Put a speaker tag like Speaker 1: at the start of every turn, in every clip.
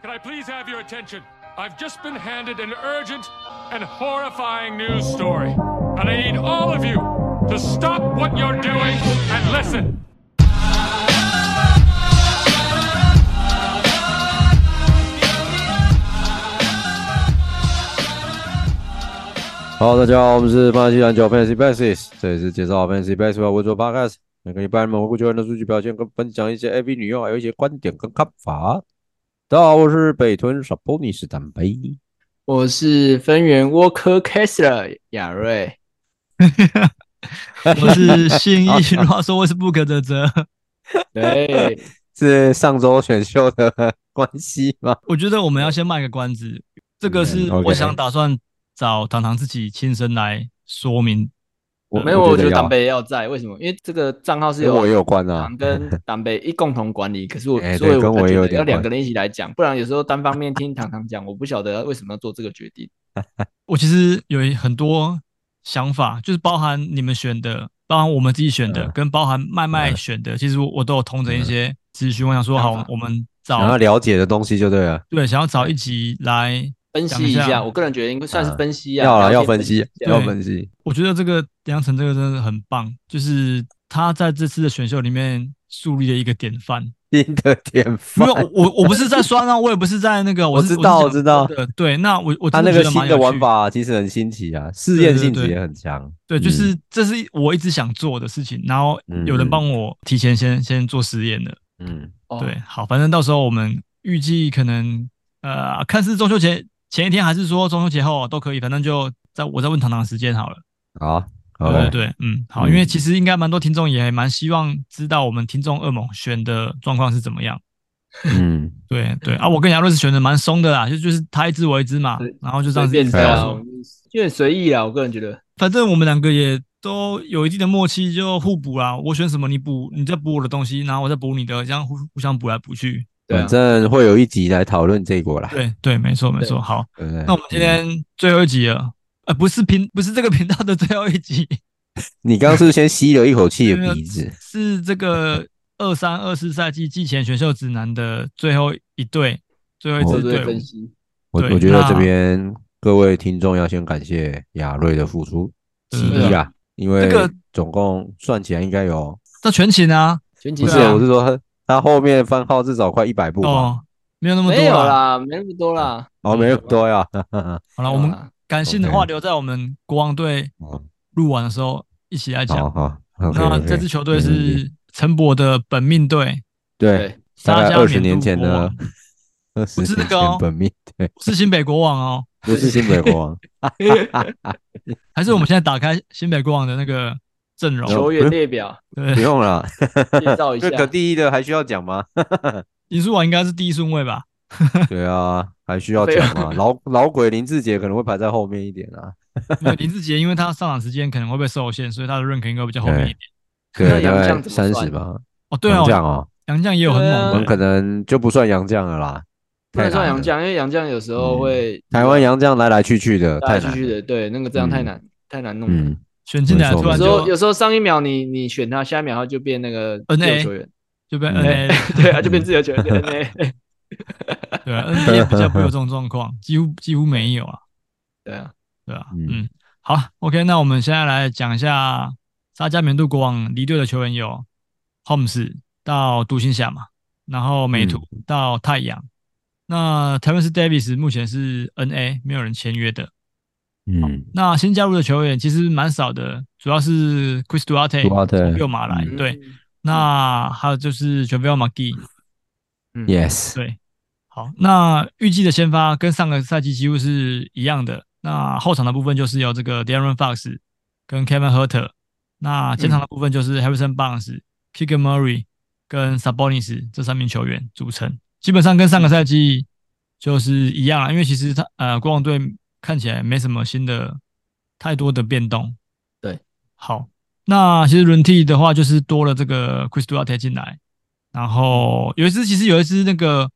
Speaker 1: can I please have your attention? I've just been handed an urgent and horrifying news story. And I need all of you to stop what you're doing and listen.
Speaker 2: 好，大家好，我们是巴西篮球 Fantasy Basis，这里是介绍 Fantasy Basketball 文卓 Podcast，每个礼拜我们回顾球员的数据表现，跟分享一些 AV 女优，还有一些观点跟看法。大家好，我是北屯 s a b o n i s 坦培。
Speaker 3: 我是分园 Walker Kessler 亚瑞，
Speaker 4: 我是信义乱说，我是不可泽泽。
Speaker 3: 对，
Speaker 2: 是上周选秀的关系 吗？
Speaker 4: 我觉得我们要先卖个关子，这个是
Speaker 2: 嗯，OK
Speaker 4: 我想打算找糖糖自己亲身来说明。
Speaker 2: 我
Speaker 3: 没有，我觉得
Speaker 2: 要
Speaker 3: 党北要在，为什么？因为这个账号是
Speaker 2: 跟
Speaker 3: 有
Speaker 2: 我也有关啊
Speaker 3: 党。跟党北一共同管理，可是我
Speaker 2: 哎
Speaker 3: 所以
Speaker 2: 对跟我
Speaker 3: 我
Speaker 2: 也有
Speaker 3: 觉得
Speaker 2: 点
Speaker 3: 要两
Speaker 2: 关
Speaker 3: 个人一起来讲，不然有时候单方面听糖糖讲，我不晓得为什么要做这个决定。
Speaker 4: 我其实有很多想法，就是包含你们选的，包含我们自己选的，
Speaker 2: 嗯
Speaker 4: 跟包含麦麦选的，其实我我都有通整一些资讯。我想说，
Speaker 3: 想
Speaker 4: 好
Speaker 3: 法，
Speaker 4: 我们
Speaker 2: 然后
Speaker 4: 找
Speaker 2: 了解的东西就对了，
Speaker 4: 对，想要找一集来，
Speaker 3: 分
Speaker 4: 讲
Speaker 3: 析
Speaker 4: 一
Speaker 3: 一
Speaker 4: 下
Speaker 3: 下，我个人觉得应该算是分析啊，
Speaker 2: 要了
Speaker 3: 了
Speaker 2: 要
Speaker 3: 解
Speaker 2: 分析，
Speaker 3: 一下
Speaker 2: 要分析。
Speaker 4: 我觉得这个梁晨这个真的很棒，就是他在这次的选秀里面树立了一个典范。
Speaker 2: 新的典
Speaker 4: 没
Speaker 2: 范
Speaker 4: 有，，我我我不是在酸啊，我也不是在那个，我是
Speaker 2: 知道
Speaker 4: 我是
Speaker 2: 知道
Speaker 4: 对对，那我我
Speaker 2: 他
Speaker 4: 真
Speaker 2: 那
Speaker 4: 觉
Speaker 2: 个
Speaker 4: 得
Speaker 2: 新
Speaker 4: 蛮有
Speaker 2: 的
Speaker 4: 趣
Speaker 2: 玩，法其实很新奇啊，试
Speaker 4: 对
Speaker 2: 验
Speaker 4: 对
Speaker 2: 性质
Speaker 4: 对
Speaker 2: 也很强。
Speaker 4: 对，就
Speaker 2: 嗯
Speaker 4: 是这是我一直想做的事情，然后有人
Speaker 2: 嗯
Speaker 4: 帮我提前先先做实验的，
Speaker 2: 嗯，
Speaker 3: 哦
Speaker 4: 对，好，反正到时候我们预计可能呃，看是中秋节前一天还是说中秋节后都可以，反正就在我再问糖糖时间好了，
Speaker 2: 好，好
Speaker 4: 对对对，嗯，好，因为其实应该蛮多听众也蛮希望知道我们听众恶猛选的状况是怎么样。
Speaker 2: 嗯，
Speaker 4: 对对啊，我跟杨瑞是选的蛮松的啦，就就是他一只我一只嘛
Speaker 3: 对，
Speaker 4: 然后就这样
Speaker 3: 随
Speaker 4: 子这
Speaker 3: 便这
Speaker 4: 样
Speaker 3: 样，啊
Speaker 4: 说
Speaker 3: 我有
Speaker 2: 啊
Speaker 3: 点随意啦，我个人觉得。
Speaker 4: 反正我们两个也都有一定的默契，就互补啦。我选什么你补，你再补我的东西，然后我再补你的，这样互互相补来补去。
Speaker 3: 对啊
Speaker 2: 反正会有一集来讨论这个啦，
Speaker 4: 对对，没错没错。
Speaker 3: 对
Speaker 4: 好，
Speaker 2: 对不对？嗯
Speaker 4: 那我们今天最后一集了，呃，不是频，不是这个频道的最后一集，，
Speaker 2: 你刚刚是不是先吸了一口气的鼻子
Speaker 4: 是这个二三二四赛季季前选秀指南的最后一队，最后一
Speaker 3: 做
Speaker 4: 支
Speaker 3: 这
Speaker 4: 队
Speaker 3: 个
Speaker 4: 伍
Speaker 3: 分。析，
Speaker 2: 我
Speaker 4: 对
Speaker 2: 我觉得
Speaker 4: 那
Speaker 2: 这边各位听众要先感谢亚瑞的付出
Speaker 4: 对啊
Speaker 2: 其
Speaker 3: 对
Speaker 2: 一
Speaker 3: 对
Speaker 2: 啦，因为
Speaker 4: 这个
Speaker 2: 总共算起来应该有
Speaker 4: 那全勤啊，
Speaker 3: 全集
Speaker 2: 不是，
Speaker 4: 对啊
Speaker 2: 我是说他他后面番号至少快一百步吧，
Speaker 4: 哦，没有那么多
Speaker 3: 啊没有
Speaker 4: 啦。
Speaker 3: 啦，没那么多啦。
Speaker 2: 啊哦，没有多呀，
Speaker 4: 好了，我们感性的话
Speaker 2: OK
Speaker 4: 留在我们国王队
Speaker 2: 哦
Speaker 4: 录完的时候一起来讲。
Speaker 2: 好嗯好
Speaker 4: 那
Speaker 2: ，OK，
Speaker 4: 这支球队
Speaker 2: 没问
Speaker 4: 是陈博的本命队，
Speaker 2: 对，
Speaker 3: 对，
Speaker 2: 大
Speaker 4: 沙
Speaker 2: 概
Speaker 4: 加
Speaker 2: 二
Speaker 4: 缅
Speaker 2: 十
Speaker 4: 度
Speaker 2: 年前
Speaker 4: 国
Speaker 2: 的
Speaker 4: 王，
Speaker 2: 二十
Speaker 4: 是那
Speaker 2: 年
Speaker 4: 个哦
Speaker 2: 前本命，对，
Speaker 4: 是新北国王哦，
Speaker 2: 不是新北国 王，
Speaker 4: 还是我们现在打开新北国王的那个阵容？
Speaker 2: 嗯
Speaker 3: 球员列表
Speaker 2: 不
Speaker 4: 对，
Speaker 2: 用了，
Speaker 3: 介绍一下
Speaker 2: 这。个第一的还需要讲吗？
Speaker 4: 林书豪应该是第一顺位吧？
Speaker 2: 对啊，还需要
Speaker 3: 没
Speaker 2: 讲吗？老 老鬼林志杰可能会排在后面一点啊。
Speaker 4: 没有林志杰因为他上场时间可能会被受限，所以他的认可应该比较后面一点。
Speaker 2: 对啊，
Speaker 3: 那
Speaker 2: 大
Speaker 3: 洋将
Speaker 2: 概
Speaker 3: 怎么
Speaker 2: 三
Speaker 3: 算
Speaker 2: 十吧。
Speaker 4: 哦，对
Speaker 2: 洋将
Speaker 4: 哦，
Speaker 2: 哦，
Speaker 4: 杨绛也有很
Speaker 2: 我
Speaker 4: 猛
Speaker 2: 们
Speaker 4: 的
Speaker 2: 可能就不算洋将了啦。
Speaker 3: 不
Speaker 2: 太
Speaker 3: 能算
Speaker 2: 难
Speaker 3: 洋
Speaker 2: 了，
Speaker 3: 将，因为洋将有时候
Speaker 2: 嗯
Speaker 3: 会
Speaker 2: 台湾洋将来来去去的，
Speaker 3: 来
Speaker 2: 太
Speaker 3: 去
Speaker 2: 难
Speaker 3: 去
Speaker 2: 了。
Speaker 3: 的，对，那个这样太难太难弄了。
Speaker 2: 嗯，
Speaker 4: 选进来，
Speaker 2: 没错
Speaker 4: 突
Speaker 3: 有
Speaker 4: 然
Speaker 3: 时
Speaker 2: 没
Speaker 3: 候有
Speaker 4: 就
Speaker 3: 时候上一秒你你选他，下一秒他就变那个
Speaker 4: NA
Speaker 3: 自由球员，
Speaker 4: 就被
Speaker 2: 嗯
Speaker 4: NA 了。
Speaker 3: 对，啊他就变自由球员。对 NA
Speaker 4: 对啊，NBA 比较不会有这种状况，几乎几乎没有啊，
Speaker 3: 对啊，
Speaker 4: 对啊，
Speaker 2: 嗯
Speaker 4: 嗯，好，OK，那我们现在来讲一下沙加缅度国王离队的球员有 Holmes 到独行侠嘛，然后美图
Speaker 2: 嗯
Speaker 4: 到太阳，那 Terence Davis 目前是 NA，没有人签约的。
Speaker 2: 嗯，
Speaker 4: 那新加入的球员其实蛮少的，主要是 Chris Duarte
Speaker 2: 杜阿特
Speaker 4: 从六马来，
Speaker 2: 嗯
Speaker 4: 对，那还有就是 Javel McGee，
Speaker 3: 嗯
Speaker 2: ，yes，
Speaker 4: 对，好，那预计的先发跟上个赛季几乎是一样的。那后场的部分就是由这个 Darren Fox 跟 Kevin Herter，那前场的部分就是 Harrison Barnes、Keegan Murray 跟 Sabonis 这三名球员组成，基本上跟上个赛季就是一样啊，因为其实他呃，国王队看起来没什么新的太多的变动。
Speaker 3: 对，
Speaker 4: 好，那其实轮替的话，就是多了这个 Chris Duarte 进来，然后有一支其实有一支那个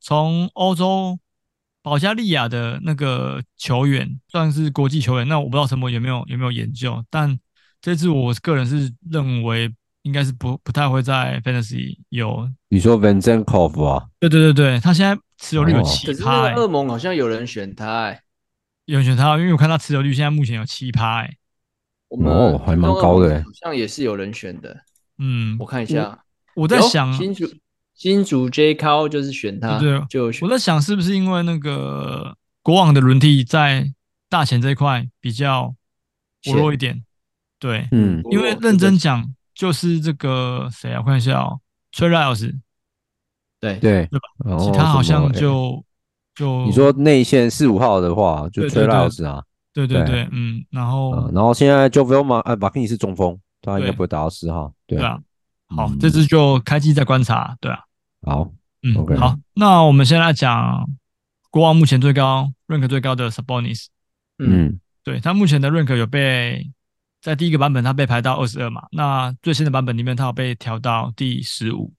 Speaker 4: 从欧洲保加利亚的那个球员，算是国际球员。那我不知道陈博有没有有没有研究，但这支我个人是认为应该是不不太会在 Fantasy 有。
Speaker 2: 你说 v i n c e n k o v 啊？
Speaker 4: 对对对对，他现在持有率有
Speaker 2: 哦
Speaker 4: 七
Speaker 3: 可是
Speaker 4: 趴、
Speaker 3: 那
Speaker 4: 欸
Speaker 3: 个，恶魔好像有人选他、欸，
Speaker 4: 有人选他，因为我看他持有率现在目前有七趴、欸，
Speaker 3: 我们
Speaker 2: 哦还蛮高的欸
Speaker 3: 好像也是有人选的。
Speaker 4: 嗯，
Speaker 3: 我
Speaker 4: 我
Speaker 3: 看一下，
Speaker 4: 我在
Speaker 3: 有
Speaker 4: 想，
Speaker 3: 新竹新竹 J 高就是选他，
Speaker 4: 对对
Speaker 3: 就有选
Speaker 4: 我在想是不是因为那个国网的轮替在大前这一块比较薄弱一点，对，
Speaker 2: 嗯，
Speaker 3: 哦
Speaker 4: 因为认真讲就是这个谁啊，我看一下哦，崔莱老师，
Speaker 3: 对
Speaker 2: 对
Speaker 4: 对。
Speaker 2: 然后
Speaker 4: 其他好
Speaker 2: 什
Speaker 4: 像
Speaker 2: 么哎
Speaker 4: 就就
Speaker 2: 你说内线四五号的话，就
Speaker 4: 对
Speaker 2: 崔
Speaker 4: 对对
Speaker 2: 老师啊，
Speaker 4: 对对
Speaker 2: 对
Speaker 4: 对，嗯，然后、
Speaker 2: 啊，然后现在 j o v i l m a 哎 v a k i n 是中锋，他应
Speaker 4: 对
Speaker 2: 该不会打到四号，对
Speaker 4: 对啊，好，
Speaker 2: 嗯
Speaker 4: 这次就开机再观察，对啊，
Speaker 2: 好，
Speaker 4: 嗯
Speaker 2: OK
Speaker 4: 好，那我们先来讲国王目前最高 rank 最高的 Sabonis，
Speaker 3: 嗯，
Speaker 2: 嗯，
Speaker 4: 对他目前的 rank 有被在第一个版本他被排到二十二嘛，那最新的版本里面他有被调到第十五。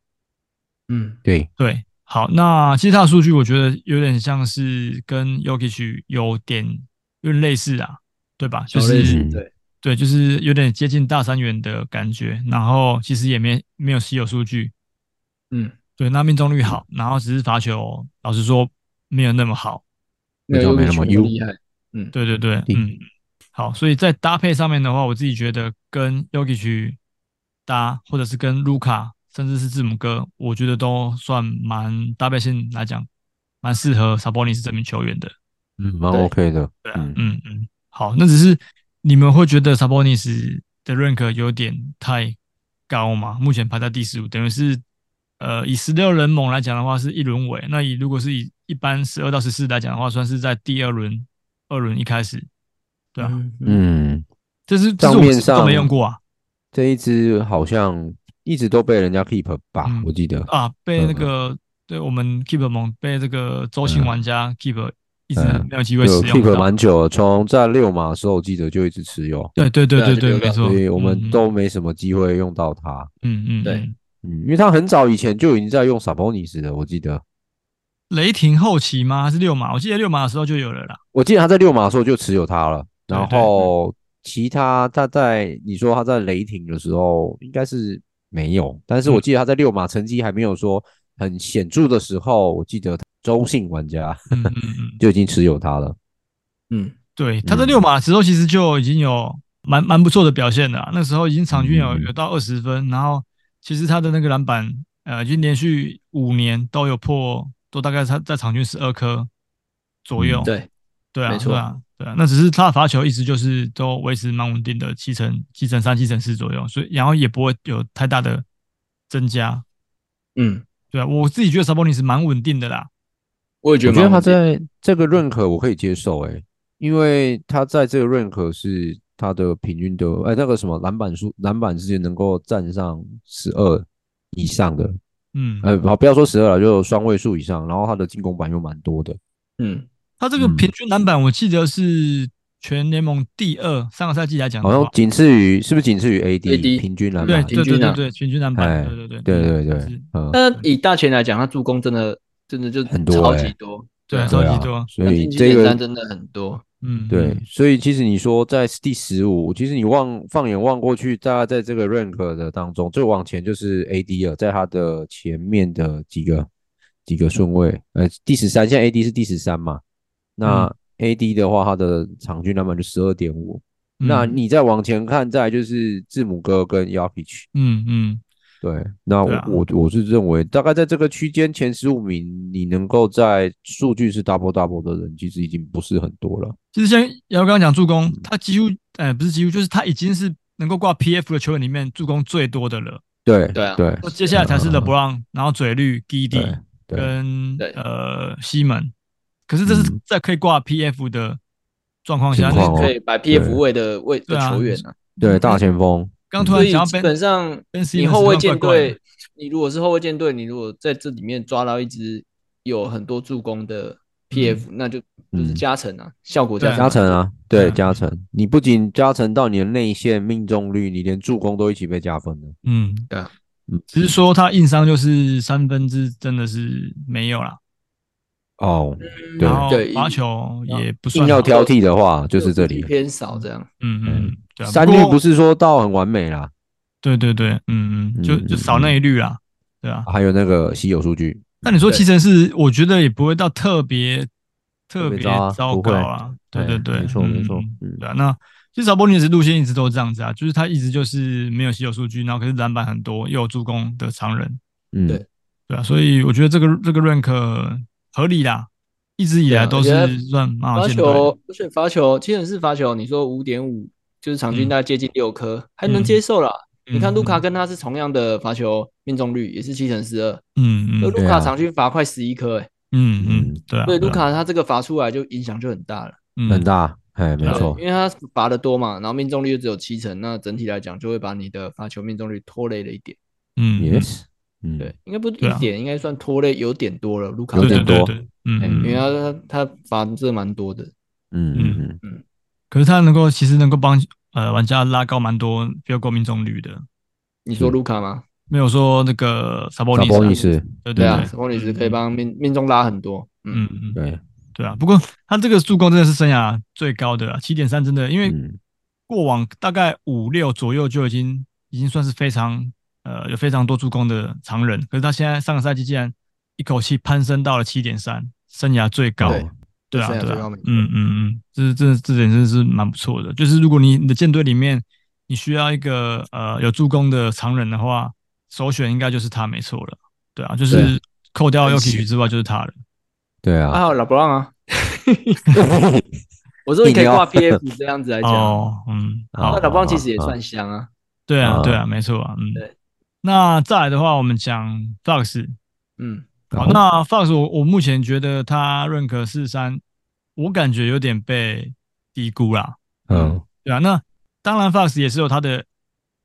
Speaker 3: 嗯
Speaker 2: 对，
Speaker 4: 对，好，那其实他的数据我觉得有点像是跟 Yogi 区有点有点类似啊，对吧？就
Speaker 3: 小类似
Speaker 4: 是
Speaker 2: 嗯
Speaker 3: 对，
Speaker 4: 对，就是有点接近大三元的感觉，然后其实也没没有稀有数据，
Speaker 3: 嗯，
Speaker 4: 对，那命中率好，然后只是罚球，老实说没有那么好。
Speaker 2: 比较没那么 U
Speaker 3: 有厉害，嗯，
Speaker 4: 对对对，
Speaker 2: 定
Speaker 4: 嗯，好，所以在搭配上面的话，我自己觉得跟 Yogi 去搭，或者是跟卢卡，甚至是字母哥，我觉得都算蛮搭配性来讲，蛮适合 Sabonis 这名球员的。
Speaker 2: 嗯，蛮
Speaker 3: 对
Speaker 2: OK 的，
Speaker 4: 对啊
Speaker 2: 嗯，
Speaker 4: 嗯嗯，好，那只是你们会觉得 Sabonis 的 rank 有点太高吗？目前排在第十五，等于是呃以十六人猛来讲的话是一轮尾，那以如果是以一般十二到十四来讲的话，算是在第二轮二轮一开始。对啊，
Speaker 3: 嗯嗯
Speaker 2: 嗯，
Speaker 4: 这是这是
Speaker 2: 账
Speaker 4: 我
Speaker 2: 面
Speaker 4: 们
Speaker 2: 上
Speaker 4: 都没用过啊
Speaker 2: 这一支好像一直都被人家 keep 吧，
Speaker 4: 嗯
Speaker 2: 我记得，
Speaker 4: 啊，被那
Speaker 2: 嗯
Speaker 4: 个、对我们 Keep 盟被这个周姓
Speaker 2: 嗯
Speaker 4: 玩家 Keep 一直
Speaker 2: 嗯
Speaker 4: 没有机
Speaker 2: 有
Speaker 4: 会使用
Speaker 2: keep
Speaker 4: 到。
Speaker 2: 蛮久了，从在六码的时候我记得就一直持有，
Speaker 4: 对对对
Speaker 3: 对啊
Speaker 4: 对
Speaker 3: 就
Speaker 4: 对，
Speaker 3: 留
Speaker 4: 没
Speaker 3: 到
Speaker 4: 错，
Speaker 2: 所以我们
Speaker 4: 嗯
Speaker 2: 都没什么机会用到它，
Speaker 4: 嗯嗯，嗯
Speaker 3: 对
Speaker 4: 嗯
Speaker 2: 嗯，因为他很早以前就已经在用 Sabonis 了，我记得，
Speaker 4: 雷霆后期吗？还是六马？我记得六马的时候就有了 啦。
Speaker 2: 我记得他在六马的时候就持有它了，
Speaker 4: 对
Speaker 2: 然
Speaker 4: 对
Speaker 2: 后其他他在你说他在雷霆的时候应该是没有，但
Speaker 4: 嗯
Speaker 2: 是我记得他在六马成绩还没有说很显著的时候，我记得中性玩家
Speaker 4: 嗯嗯嗯，
Speaker 2: 就已经持有它了。
Speaker 3: 嗯，
Speaker 4: 对，他在
Speaker 2: 嗯
Speaker 4: 六马的时候其实就已经有蛮蛮不错的表现了啊、那时候已经场均有
Speaker 2: 嗯
Speaker 4: 有到二十分，然后其实他的那个篮板，呃，已经连续五年都有破，都大概他在场均十二颗左右。
Speaker 2: 嗯
Speaker 3: 对，
Speaker 4: 对啊，
Speaker 3: 没错
Speaker 4: 对啊，对啊。那只是他的罚球一直就是都维持蛮稳定的，七成、七成三、七成四左右，所以然后也不会有太大的增加。
Speaker 3: 嗯，
Speaker 4: 对啊，我自己觉得 Sabonis 蛮稳定的啦。
Speaker 3: 我也觉
Speaker 2: 我
Speaker 3: 得
Speaker 2: 觉得
Speaker 3: 蛮
Speaker 2: 他
Speaker 3: 稳定的，
Speaker 2: 在这个认可我可以接受、欸，因为他在这个认可是他的平均的，哎、那个什么篮板数篮板是能够站上十二以上的，
Speaker 4: 嗯，
Speaker 2: 呃，好，不要说十二了，就双位数以上，然后他的进攻板又蛮多的，
Speaker 3: 嗯，
Speaker 4: 他这个
Speaker 2: 嗯
Speaker 4: 平均篮板，我记得是全联盟第二，上个赛季来讲的
Speaker 2: 好
Speaker 4: 话
Speaker 2: 像仅次于是不是仅次于 AD,
Speaker 3: AD
Speaker 2: 平均篮
Speaker 4: 对
Speaker 2: 板？
Speaker 4: 对对
Speaker 3: 平均
Speaker 4: 对
Speaker 3: 啊
Speaker 4: 对，平均篮
Speaker 2: 哎
Speaker 4: 板，对对
Speaker 2: 对
Speaker 4: 对
Speaker 2: 对对
Speaker 4: 是，
Speaker 2: 嗯，
Speaker 3: 但以大前来讲，他助攻真的真的就
Speaker 2: 很多
Speaker 3: 超
Speaker 2: 欸
Speaker 3: 级多，
Speaker 4: 对，
Speaker 3: 啊
Speaker 4: 超
Speaker 2: 对
Speaker 4: 级
Speaker 2: 啊
Speaker 4: 多，
Speaker 2: 所以
Speaker 3: 进击
Speaker 2: 这
Speaker 3: 点
Speaker 2: 个
Speaker 3: 三真的很多，
Speaker 4: 嗯，
Speaker 2: 对
Speaker 4: 嗯，，
Speaker 2: 所以其实你说在第十五，其实你望放眼望过去，大概在这个 rank 的当中，最往前就是 AD 了，在它的前面的几个几个顺位，呃，第十三，现在 AD 是第十三嘛，那
Speaker 4: 嗯
Speaker 2: AD 的话，它的场均篮板就十二点五，那
Speaker 4: 嗯
Speaker 2: 你再往前看，再来就是字母哥跟 Yakich，
Speaker 4: 嗯嗯，
Speaker 2: 对，那我、
Speaker 4: 对啊
Speaker 2: 我我是认为，大概在这个区间前十五名，你能够在数据是 double double 的人，其实已经不是很多了。
Speaker 4: 其实像姚刚刚讲助攻，他几乎，呃，不是几乎，就是他已经是能够挂 PF 的球员里面助攻最多的了。
Speaker 2: 对
Speaker 3: 对啊
Speaker 2: 对
Speaker 4: 那接下来才是 LeBron，然后嘴绿、
Speaker 2: 嗯对
Speaker 4: Giddy
Speaker 2: 对
Speaker 4: 跟
Speaker 3: 对
Speaker 4: 呃西门，可是这是
Speaker 2: 嗯
Speaker 4: 在可以挂 PF 的状况下，
Speaker 2: 情
Speaker 4: 那
Speaker 2: 况哦
Speaker 3: 可以摆 PF 位的位
Speaker 4: 对
Speaker 3: 的
Speaker 4: 啊
Speaker 3: 球员啊，
Speaker 2: 对，大前锋，
Speaker 4: 刚突
Speaker 3: 所
Speaker 4: 然
Speaker 3: 以
Speaker 4: 想要
Speaker 3: 基
Speaker 4: Ben
Speaker 3: 本上
Speaker 4: Ben Simmons
Speaker 3: 你后卫
Speaker 4: 这
Speaker 3: 舰
Speaker 4: 样怪怪的
Speaker 3: 队，你如果是后卫舰队，你如果在这里面抓到一支有很多助攻的 PF，那就就是
Speaker 2: 嗯
Speaker 3: 加成啊，效果
Speaker 4: 对
Speaker 3: 加
Speaker 4: 啊
Speaker 2: 加成啊，对
Speaker 4: 嗯
Speaker 2: 加成，你不仅加成到你的内线命中率，你连助攻都一起被加分了。
Speaker 4: 嗯，
Speaker 3: 对啊
Speaker 2: 嗯
Speaker 4: 只是说他硬伤就是三分之真的是没有啦，
Speaker 2: 哦，对
Speaker 4: 然后
Speaker 3: 对
Speaker 4: 罚球也不算
Speaker 2: 硬
Speaker 4: 好
Speaker 2: 要挑剔的话，就是这里
Speaker 3: 偏少这样。
Speaker 4: 嗯嗯嗯，对啊，
Speaker 2: 三率
Speaker 4: 过
Speaker 2: 不是说到很完美啦，
Speaker 4: 对对对，嗯嗯，
Speaker 2: 嗯
Speaker 4: 就就少那一律啦，对啊。
Speaker 2: 还有那个稀有数据，
Speaker 4: 那你说
Speaker 3: 对
Speaker 4: 七成是，我觉得也不会到特别特
Speaker 2: 特别
Speaker 4: 别
Speaker 2: 糟啊
Speaker 4: 糟
Speaker 2: 不
Speaker 4: 糕
Speaker 2: 会哎
Speaker 4: 啊，对对对，
Speaker 2: 没错
Speaker 4: 嗯
Speaker 2: 没错
Speaker 4: 嗯，
Speaker 2: 嗯
Speaker 4: 对啊。那其实小波尼的路线一直都是这样子啊，就是他一直就是没有稀有数据，然后可是篮板很多，又有助攻的常人，
Speaker 2: 嗯，
Speaker 3: 对
Speaker 4: 对啊。所以我觉得这个这个 rank 合理啦，一直以来
Speaker 3: 对啊
Speaker 4: 都
Speaker 3: 我觉得
Speaker 4: 是算蛮好
Speaker 3: 罚
Speaker 4: 进的
Speaker 3: 球，，而且罚球，七人是罚球，你说五点五，就是场
Speaker 4: 嗯
Speaker 3: 均大概接近六颗，还能
Speaker 4: 嗯
Speaker 3: 接受啦。你
Speaker 4: 嗯
Speaker 3: 看卢卡
Speaker 4: 嗯
Speaker 3: 跟他是同样的罚球命中率，也是七成十二，
Speaker 4: 嗯嗯
Speaker 3: 而卢
Speaker 2: 对
Speaker 3: 卡
Speaker 2: 啊
Speaker 3: 场均罚快十一颗，哎，
Speaker 4: 嗯嗯
Speaker 2: 嗯，
Speaker 4: 对啊，
Speaker 3: 所以卢
Speaker 4: 对啊
Speaker 3: 卡他这个罚出来就影响就很大了，
Speaker 4: 嗯
Speaker 2: 很大，哎，没
Speaker 4: 对啊
Speaker 2: 错
Speaker 3: 对，因为他罚的多嘛，然后命中率又只有七成，那整体来讲就会把你的罚球命中率拖累了一点。
Speaker 4: 嗯嗯
Speaker 2: ，yes，嗯，
Speaker 3: 对，，应该不是
Speaker 4: 对
Speaker 3: 一
Speaker 4: 啊
Speaker 3: 点，应该算拖累有点多了。卢卡
Speaker 2: 有
Speaker 4: 对
Speaker 2: 点
Speaker 4: 对对
Speaker 2: 多
Speaker 4: 对，嗯
Speaker 3: 哎
Speaker 4: 嗯
Speaker 3: 因为
Speaker 4: 嗯。
Speaker 3: 他他罚真的蛮多的，
Speaker 2: 嗯嗯嗯，
Speaker 4: 可是他能够其实能够帮呃玩家拉高蛮多 f i e 命中率的，
Speaker 3: 你说
Speaker 2: 嗯
Speaker 3: 卢卡吗？
Speaker 4: 没有说那个 s a b o
Speaker 2: 萨
Speaker 4: n
Speaker 2: 博
Speaker 4: i
Speaker 2: 尼
Speaker 4: s
Speaker 2: 斯，
Speaker 4: 对
Speaker 3: 对
Speaker 4: 对
Speaker 3: 啊，
Speaker 4: 对
Speaker 3: 莫里斯可以帮命命中拉很多。嗯
Speaker 4: 嗯，嗯嗯
Speaker 2: 对，
Speaker 4: 对啊，不过他这个助攻真的是生涯最高的啊，七点三真的，因为
Speaker 2: 嗯
Speaker 4: 过往大概五六左右就已经已经算是非常呃有非常多助攻的常人，可是他现在上个赛季竟然一口气攀升到了七点三，生涯最高。
Speaker 3: 对
Speaker 4: 对啊，
Speaker 3: 生涯
Speaker 4: 对
Speaker 3: 最
Speaker 4: 啊
Speaker 3: 高没，错
Speaker 4: 嗯嗯嗯，这这这点真的是蛮不错的。就是如果你你的舰队里面你需要一个呃有助攻的常人的话，首选应该就是他，没错了。对啊，就
Speaker 2: 对啊
Speaker 4: 是扣掉 y o
Speaker 3: 很
Speaker 4: k
Speaker 3: 喜
Speaker 4: i 之外就是他了。
Speaker 2: 对
Speaker 3: 还
Speaker 2: 啊，
Speaker 3: 有老布 朗啊，我说你可以挂 PF 这样子来讲，
Speaker 4: 哦，嗯，好
Speaker 3: 那
Speaker 2: 好，
Speaker 3: 老布朗其实也
Speaker 2: 好
Speaker 3: 算香啊。
Speaker 4: 对啊，
Speaker 2: 啊
Speaker 4: 对啊，没错啊，嗯
Speaker 3: 对。
Speaker 4: 那再来的话，我们讲 Fox。
Speaker 3: 嗯，
Speaker 4: 好，那 Fox 我我目前觉得他认可四三，我感觉有点被低估啦。
Speaker 2: 嗯，
Speaker 4: 对啊，那当然 Fox 也是有他的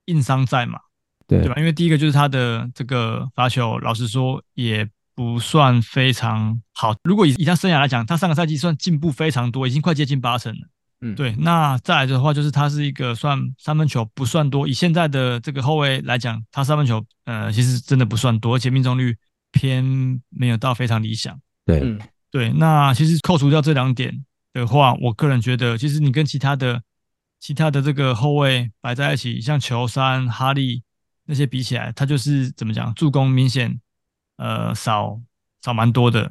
Speaker 4: 硬伤在嘛。
Speaker 2: 对
Speaker 4: 对吧？因为第一个就是他的这个罚球，老实说也不算非常好。如果以以他生涯来讲，他上个赛季算进步非常多，已经快接近八成了。
Speaker 3: 嗯
Speaker 4: 对。那再来的话，就是他是一个算三分球不算多，以现在的这个后卫来讲，他三分球呃其实真的不算多，而且命中率偏没有到非常理想。
Speaker 2: 对，
Speaker 3: 嗯
Speaker 4: 对，那其实扣除掉这两点的话，我个人觉得，其实你跟其他的、其他的这个后卫摆在一起，像球衫、哈利那些比起来，他就是怎么讲，助攻明显呃少少蛮多的。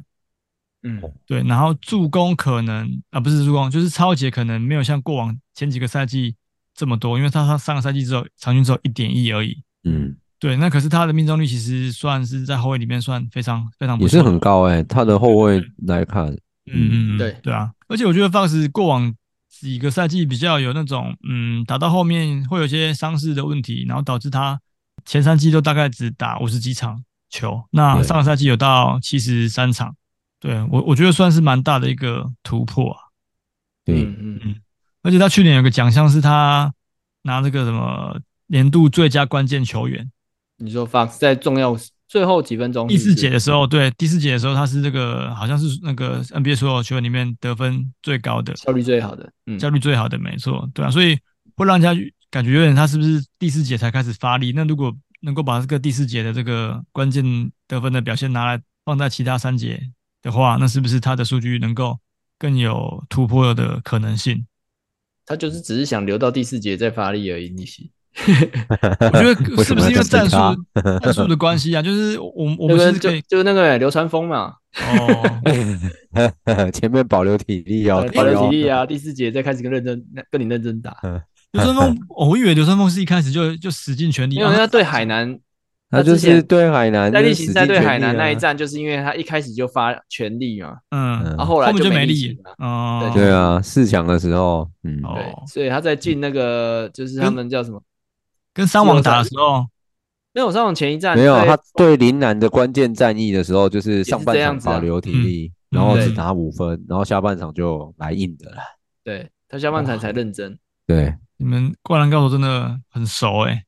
Speaker 3: 嗯，
Speaker 4: 对，然后助攻可能啊不是助攻，就是超节可能没有像过往前几个赛季这么多，因为他上上个赛季只有场均只有一点一而已。
Speaker 2: 嗯，
Speaker 4: 对，那可是他的命中率其实算是在后卫里面算非常非常不
Speaker 2: 也
Speaker 4: 错
Speaker 2: 是
Speaker 4: 的
Speaker 2: 很高哎，他的后卫来看，
Speaker 4: 嗯嗯嗯，嗯
Speaker 3: 对
Speaker 4: 对啊，而且我觉得 Fox 过往几个赛季比较有那种，嗯，打到后面会有一些伤势的问题，然后导致他前三季都大概只打五十几场球，那
Speaker 2: 对
Speaker 4: 上个赛季有到七十三场，对我我觉得算是蛮大的一个突破啊。
Speaker 2: 对，
Speaker 3: 嗯嗯
Speaker 4: 而且他去年有个奖项是他拿这个什么年度最佳关键球员，
Speaker 3: 你说 Fox 在重要最后几分钟
Speaker 4: 第四节
Speaker 3: 节
Speaker 4: 的时候，对第四节的时候他是这个好像是那个 NBA 所有球员里面得分最高的，
Speaker 3: 效率最好的，嗯，
Speaker 4: 效率最好的，没错，对啊，所以会让人家感觉有点他是不是第四节才开始发力？那如果能够把这个第四节的这个关键得分的表现拿来放在其他三节的话，那是不是他的数据能够更有突破的可能性？
Speaker 3: 他就是只是想留到第四节再发力而已，你是
Speaker 4: 我觉 得
Speaker 2: 为
Speaker 4: 是
Speaker 2: 什
Speaker 4: 不
Speaker 2: 么
Speaker 4: 是因
Speaker 2: 要
Speaker 4: 为
Speaker 2: 这么
Speaker 4: 战术
Speaker 2: 差
Speaker 4: 战术的关系啊？就是我我们
Speaker 3: 那
Speaker 4: 是
Speaker 3: 个
Speaker 4: 可
Speaker 3: 就
Speaker 4: 以
Speaker 3: 就那个欸流川枫嘛，
Speaker 4: 哦，
Speaker 2: 前面保留体力哦，
Speaker 3: 嗯保留体
Speaker 2: 力，
Speaker 3: 力啊，第四节再开始跟认真跟你认真打，
Speaker 2: 嗯
Speaker 4: 刘春峰，哦我以为刘春峰是一开始就就使尽全力，啊
Speaker 3: 因为他对海南
Speaker 2: 他就
Speaker 3: 之前
Speaker 2: 是对海南
Speaker 3: 在
Speaker 2: 就是
Speaker 3: 例行
Speaker 2: 使
Speaker 3: 赛
Speaker 2: 尽
Speaker 3: 对
Speaker 2: 全
Speaker 3: 海南
Speaker 2: 力
Speaker 3: 那一
Speaker 2: 啊，
Speaker 3: 战，就是因为他一开始就发全力嘛，
Speaker 4: 嗯，
Speaker 2: 嗯
Speaker 3: 然后后来
Speaker 4: 面就
Speaker 3: 没
Speaker 4: 没
Speaker 3: 力
Speaker 4: 力
Speaker 3: 气了，
Speaker 4: 嗯，
Speaker 2: 对啊，四强的时候，嗯，
Speaker 4: 哦
Speaker 3: 对，所以他在进那个就是他们叫什么？
Speaker 4: 跟三网打的时候，
Speaker 3: 没有上场前一战
Speaker 2: 没有啊
Speaker 3: 在
Speaker 2: 他对林南的关键战役的时候，就是上半
Speaker 3: 也是这样
Speaker 2: 场
Speaker 3: 子啊
Speaker 2: 保留体
Speaker 4: 嗯
Speaker 2: 力，然后
Speaker 3: 对
Speaker 2: 只拿五分，然后下半场就来硬的了，
Speaker 3: 对他下半场才认真，
Speaker 2: 对，
Speaker 4: 你们《灌篮高手》真的很熟哎、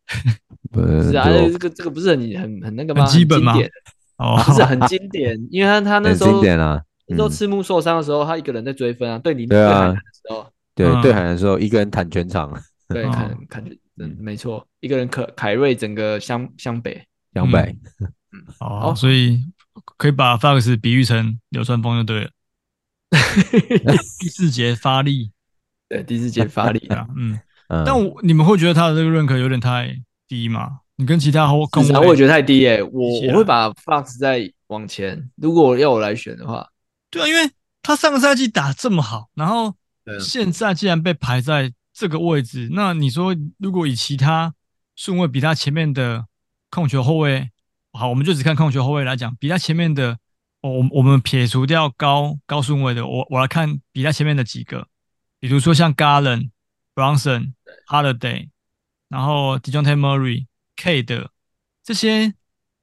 Speaker 2: 呃
Speaker 3: 是啊，
Speaker 2: 就
Speaker 3: 这个这个不是很很很那个吗？
Speaker 4: 很基本吗
Speaker 3: 经典
Speaker 4: 哦，
Speaker 3: 不是很经典，因为他他那
Speaker 2: 很
Speaker 3: 时候
Speaker 2: 经典啊，
Speaker 3: 那时候
Speaker 2: 嗯
Speaker 3: 赤木受伤的时候，他一个人在追分啊，对林
Speaker 2: 对啊
Speaker 3: 对海南的时候，
Speaker 2: 对
Speaker 4: 嗯
Speaker 2: 对海南的时候，一个人弹全场，
Speaker 3: 对，
Speaker 4: 哦
Speaker 3: 看看着，嗯
Speaker 2: 嗯，
Speaker 3: 没错，一个人可凯瑞整个湘湘北，
Speaker 2: 两百。
Speaker 4: 哦，
Speaker 3: 好
Speaker 4: 所以可以把 Fox 比喻成流川枫就对了。第四节发力，
Speaker 3: 对，第四节发 力
Speaker 4: 对啊，嗯。
Speaker 2: 嗯，
Speaker 4: 但我你们会觉得他的这个认可有点太低吗？你跟其他后控
Speaker 3: 然后
Speaker 4: 卫，
Speaker 3: 我觉得太低耶，我
Speaker 4: 谢谢啊
Speaker 3: 我会把 Fox 再往前，如果要我来选的话，
Speaker 4: 对啊，因为他上个赛季打这么好，然后
Speaker 3: 对啊
Speaker 4: 现在既然被排在这个位置，那你说如果以其他顺位比他前面的控球后卫，好，我们就只看控球后卫来讲，比他前面的，哦我们我们撇除掉高高顺位的，我我来看比他前面的几个，比如说像 Garland、Bronson、Holiday，然后 Dejounte Murray、K 的这些，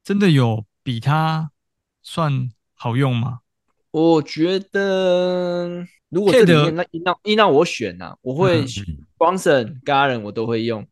Speaker 4: 真的有比他算好用吗？
Speaker 3: 我觉得如果
Speaker 4: Kate-
Speaker 3: 这里面那一让一让我选呐、啊，我会
Speaker 4: 嗯
Speaker 3: Bronson、Garden 我都会用，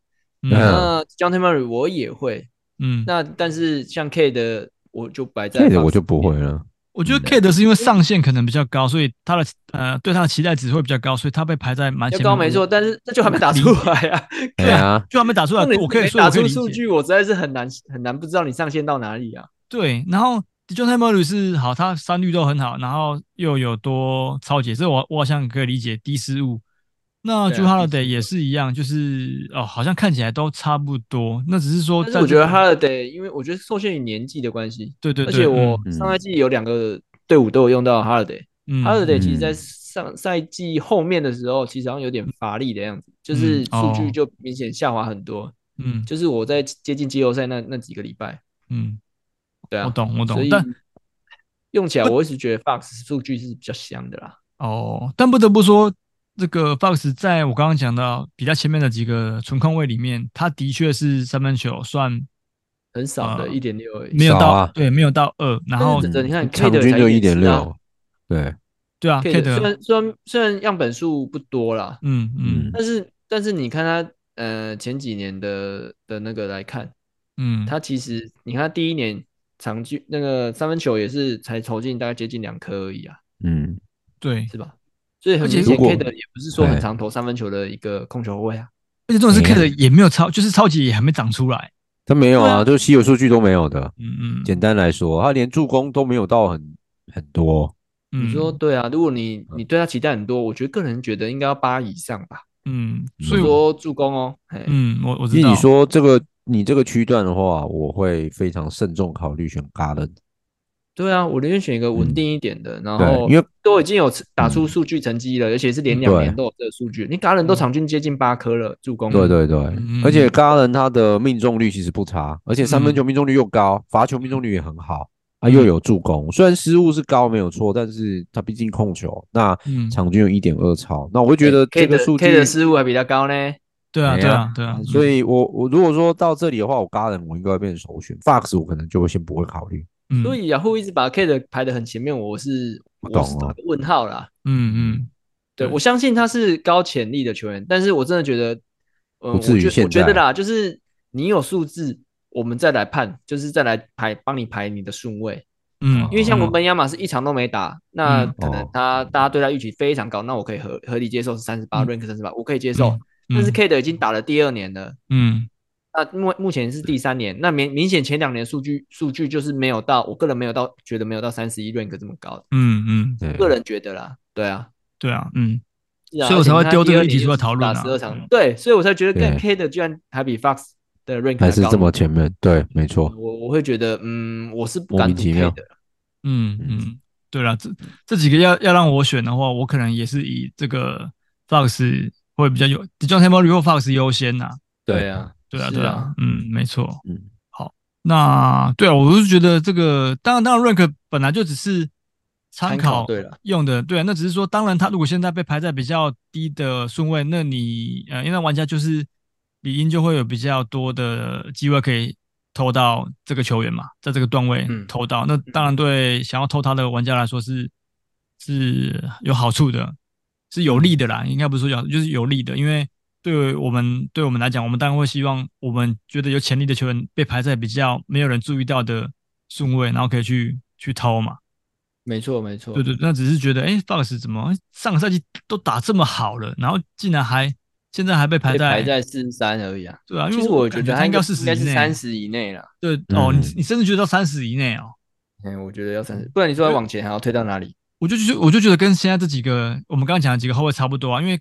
Speaker 4: 嗯
Speaker 3: 那 John t e m e r y 我也会，
Speaker 4: 嗯，
Speaker 3: 那但是像 K 的我就摆在
Speaker 2: 这个
Speaker 3: Fox
Speaker 2: 我就不
Speaker 3: 里面
Speaker 2: 会 了。
Speaker 4: 我
Speaker 3: 嗯
Speaker 4: 觉得 K 的是因为上限可能比较高，所以他的呃对他的期待值会比较高，所以他被排在蛮
Speaker 3: 要
Speaker 4: 前面。
Speaker 3: 高没错，，但是这就还没打出来 啊！
Speaker 2: 对啊，
Speaker 4: 就还没打出来，
Speaker 3: 重点是
Speaker 4: 我可以
Speaker 3: 没
Speaker 4: 说
Speaker 3: 打
Speaker 4: 我可以理
Speaker 3: 出数
Speaker 4: 解。
Speaker 3: 据，我实在是很难很难不知道你上限到哪里啊。
Speaker 4: 对，然后 Dejounte Murray 是好，他三率都很好，然后又有多超解，这我我好像可以理解低失误。那
Speaker 3: 对啊
Speaker 4: j u h a l i d a
Speaker 3: 低失误
Speaker 4: y 也是一样，就是哦，好像看起来都差不多，那哦只是说
Speaker 3: 但
Speaker 4: 在
Speaker 3: 是
Speaker 4: 这个，
Speaker 3: 我觉得他得，因为我觉得受限于年纪的关系，
Speaker 4: 对对
Speaker 3: 而
Speaker 4: 对，
Speaker 3: 且我
Speaker 2: 嗯
Speaker 3: 上赛季有两个队伍都有用到 Holiday。
Speaker 4: 嗯嗯
Speaker 3: Holiday 其实，
Speaker 2: 嗯
Speaker 3: 在上赛季后面的时候，其实好像有点乏力的样子，就是数
Speaker 4: 哦
Speaker 3: 据就明显下滑很多。
Speaker 4: 嗯
Speaker 3: 就是我在接近季后赛那那几个礼拜，
Speaker 4: 嗯，
Speaker 3: 对啊，
Speaker 4: 我懂我
Speaker 3: 所
Speaker 4: 懂
Speaker 3: 以，
Speaker 4: 但
Speaker 3: 用起来我一直觉得 Fox 数据是比较香的啦。
Speaker 4: 哦，但不得不说，这个 Fox 在我刚刚讲到比较前面的几个纯控位里面，他的确是三分球算
Speaker 3: 很少的，
Speaker 4: 呃
Speaker 3: 一点六而已。
Speaker 4: 没有
Speaker 2: 少
Speaker 4: 到、
Speaker 2: 啊
Speaker 4: 对，没有到二，然后
Speaker 3: 但是整你看
Speaker 2: 嗯场
Speaker 3: K 的
Speaker 2: 均
Speaker 3: 才
Speaker 2: 就一点
Speaker 3: 1.4啊
Speaker 2: 六。对，
Speaker 4: 对啊
Speaker 3: K
Speaker 4: ，K
Speaker 3: 的虽
Speaker 4: 的，
Speaker 3: 然虽然虽然样本数不多啦，
Speaker 4: 嗯嗯
Speaker 3: 但是但是你看他呃前几年的的那个来看，
Speaker 4: 嗯，
Speaker 3: 他其实你看他第一年场均那个三分球也是才投进大概接近两颗而已啊，
Speaker 2: 嗯，
Speaker 4: 对，
Speaker 3: 是吧？所以很
Speaker 4: 而且
Speaker 3: 明显
Speaker 2: 如果
Speaker 3: ，K 的也不是说很
Speaker 2: 对
Speaker 3: 常投三分球的一个控球后卫啊。
Speaker 4: 而且重点是
Speaker 2: 哎
Speaker 4: K 的也没有超，就是超级也还没长出来，
Speaker 2: 他没有
Speaker 4: 对
Speaker 2: 啊，
Speaker 4: 啊
Speaker 2: 就稀有数据都没有的。
Speaker 4: 嗯嗯
Speaker 2: 简单来说，他连助攻都没有到很很多。
Speaker 4: 嗯，
Speaker 3: 你说对啊？如果你
Speaker 2: 嗯
Speaker 3: 你对他期待很多，我觉得个人觉得应该要八以上吧。
Speaker 4: 嗯，所
Speaker 3: 我
Speaker 4: 以我
Speaker 3: 说助攻哦，嘿
Speaker 4: 嗯，我我知
Speaker 2: 以
Speaker 4: 道，
Speaker 2: 你说这个你这个区段的话，我会非常慎重考虑选 Garden。
Speaker 3: 对啊，我宁愿选一个稳
Speaker 2: 嗯
Speaker 3: 定一点的，然
Speaker 2: 对
Speaker 3: 后
Speaker 2: 因为嗯
Speaker 3: 都已经有打出数据成绩了，而且是连两
Speaker 2: 对嗯
Speaker 3: 年都有这个数据，你打人都场均接近八颗了助攻，
Speaker 2: 对，对对，
Speaker 4: 嗯
Speaker 2: 而且 Garden 他的命中率其实不差，而且三分球命中率又高，罚球命中率也很好。
Speaker 4: 嗯
Speaker 2: 啊，又有助攻，虽然失误是高没有错，但是他毕竟控球，那
Speaker 4: 嗯，
Speaker 2: 场均有一点二超，那我会觉得
Speaker 3: 哎 K
Speaker 2: 这
Speaker 3: 的
Speaker 2: 个数
Speaker 3: K
Speaker 2: 据
Speaker 3: 的失误还比较高呢，
Speaker 4: 对啊
Speaker 2: 哎
Speaker 4: 对
Speaker 2: 呀
Speaker 4: 啊对啊，
Speaker 2: 所
Speaker 4: 以
Speaker 2: 以我我如果说到这里的话，我 Garden 我应该会变成首选，Fox 我可能就会先不会考虑。
Speaker 4: 嗯
Speaker 3: 所以雅虎一直把 K 的排得很前面，我是
Speaker 2: 不
Speaker 3: 我是
Speaker 2: 懂哦
Speaker 3: 打个问号啦。
Speaker 4: 嗯嗯
Speaker 3: 对
Speaker 4: 对
Speaker 3: 我相信他是高潜力的球员，但是我真的觉得，嗯，
Speaker 2: 不
Speaker 3: 我
Speaker 2: 至于
Speaker 3: 觉
Speaker 2: 现
Speaker 3: 我觉得
Speaker 2: 在
Speaker 3: 啦，就是你有数字，我们再来判，就是再来排帮你排你的顺位。
Speaker 4: 嗯，
Speaker 3: 因为像
Speaker 4: 嗯
Speaker 3: 文本亚马是一场都没打，那
Speaker 4: 嗯
Speaker 3: 可能
Speaker 2: 哦
Speaker 3: 他、大家对他预期非常高，那我可以合合理接受是三十八
Speaker 4: 嗯
Speaker 3: ，rank 三十八，我可以接受。但是
Speaker 4: 嗯
Speaker 3: K 的已经打了第二年了，
Speaker 4: 嗯
Speaker 3: 那目目前是第三年，那明明显前两年数据数据就是没有到，我个人没有到，觉得没有到三十一 rank 这么高，
Speaker 4: 嗯嗯，
Speaker 2: 对，
Speaker 3: 个人觉得啦，对啊，
Speaker 4: 对啊，嗯
Speaker 3: 是啊
Speaker 4: 所以我才会丢这个
Speaker 3: 而且
Speaker 4: 议题出来
Speaker 3: 他
Speaker 4: 讨论啊
Speaker 3: 第二年就是打12场
Speaker 4: 嗯
Speaker 3: 对，所以我才觉得
Speaker 2: 对
Speaker 3: 跟 K 的居然还比 Fox 的 rank
Speaker 2: 还是
Speaker 3: 高
Speaker 2: 这么前面，对，没错，
Speaker 3: 我我会觉得，嗯，我是不
Speaker 2: 莫
Speaker 3: 敢
Speaker 2: 名
Speaker 3: 赌
Speaker 2: 其
Speaker 3: K
Speaker 2: 妙
Speaker 3: 的，
Speaker 4: 嗯
Speaker 2: 嗯
Speaker 4: 嗯，对了，这这几个要要让我选的话，我可能也是以这个 Fox 会比较有 d j o n t e m o r y 或 Fox 优先呐、
Speaker 3: 对，啊，
Speaker 4: 对啊，
Speaker 3: 是
Speaker 4: 对
Speaker 3: 啊
Speaker 4: 啊，嗯，没错。
Speaker 2: 嗯，
Speaker 4: 那对啊，我是觉得这个，当然，当然，rank 本来就只是参
Speaker 3: 参考
Speaker 4: 考
Speaker 3: 对了
Speaker 4: 用的，对啊，那只是说，当然，他如果现在被排在比较低的顺位，那你呃，因为玩家就是理应就会有比较多的机会可以偷到这个球员嘛，在这个段位
Speaker 3: 嗯
Speaker 4: 偷到，那当然对想要偷他的玩家来说是是有好处的，是有利的啦，应该不是说有好，就是有利的，因为对我们对我们来讲，我们当然会希望我们觉得有潜力的球员被排在比较没有人注意到的顺位，然后可以去去偷嘛。
Speaker 3: 没错没错，
Speaker 4: 对对，那只是觉得，哎，Fox 怎么上个赛季都打这么好了，然后竟然还现在还被排
Speaker 3: 被
Speaker 4: 在
Speaker 3: 排在四十三而已啊。
Speaker 4: 对啊，因
Speaker 3: 其
Speaker 4: 为
Speaker 3: 实我
Speaker 4: 感
Speaker 3: 觉
Speaker 4: 觉
Speaker 3: 得
Speaker 4: 他
Speaker 3: 他
Speaker 4: 应
Speaker 3: 应
Speaker 4: 该
Speaker 3: 该
Speaker 4: 四
Speaker 3: 应
Speaker 4: 十
Speaker 3: 该是
Speaker 4: 以内啊
Speaker 3: 三十以内了。
Speaker 4: 对哦，你
Speaker 2: 嗯
Speaker 4: 你甚至觉得到三十以内哦，
Speaker 3: 嗯，我觉得要三十，不然你说要往前还要推到哪里？
Speaker 4: 我就觉得我就觉得跟现在这几个我们刚刚讲的几个后卫差不多啊，因为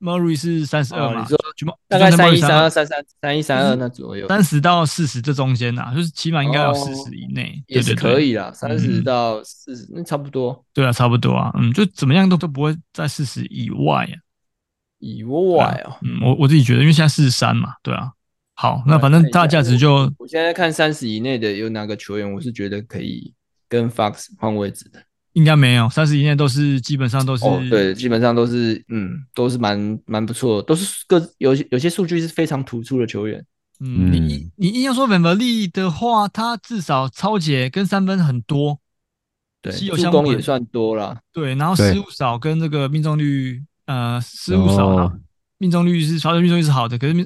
Speaker 4: Murray 是三十二
Speaker 3: 哦
Speaker 4: 嘛，
Speaker 3: 你说
Speaker 4: 就嘛
Speaker 3: 大概
Speaker 4: 就
Speaker 3: 三一、
Speaker 4: 在
Speaker 3: 三二、三三、三一、三二那左右，
Speaker 4: 嗯三十到四十这中间呐，就是起码应该有
Speaker 3: 哦
Speaker 4: 四十以内，
Speaker 3: 也
Speaker 4: 对
Speaker 3: 是
Speaker 4: 对对
Speaker 3: 可以啦，三十
Speaker 4: 嗯
Speaker 3: 到四十那差不多
Speaker 4: 对啊，差不多啊，嗯，就怎么样都都不会在四十以外啊。
Speaker 3: 以外哦。
Speaker 4: 嗯，我我自己觉得，因为现在四十三嘛，对啊。好，那
Speaker 3: 对
Speaker 4: 反正
Speaker 3: 看一下
Speaker 4: 它的价值就
Speaker 3: 我现在看三十以内的有哪个球员，我是觉得可以跟 Fox 换位置的。
Speaker 4: 应该没有三十以内，都是基本上都是
Speaker 3: 哦，对，基本上都是嗯，都是蛮蛮不错的，都是各有些有些数据是非常突出的球员。
Speaker 4: 嗯，你
Speaker 2: 嗯
Speaker 4: 硬你硬要说 v a n v l 的话，他至少超解跟三分很多，
Speaker 3: 对，
Speaker 4: 稀有
Speaker 3: 助
Speaker 4: 相
Speaker 3: 攻
Speaker 4: 关
Speaker 3: 也算多啦。
Speaker 4: 对，然后
Speaker 2: 对
Speaker 4: 失误少跟这个命中率，呃，失误少啊
Speaker 2: 哦，
Speaker 4: 命中率是罚球命中率是好的，可是命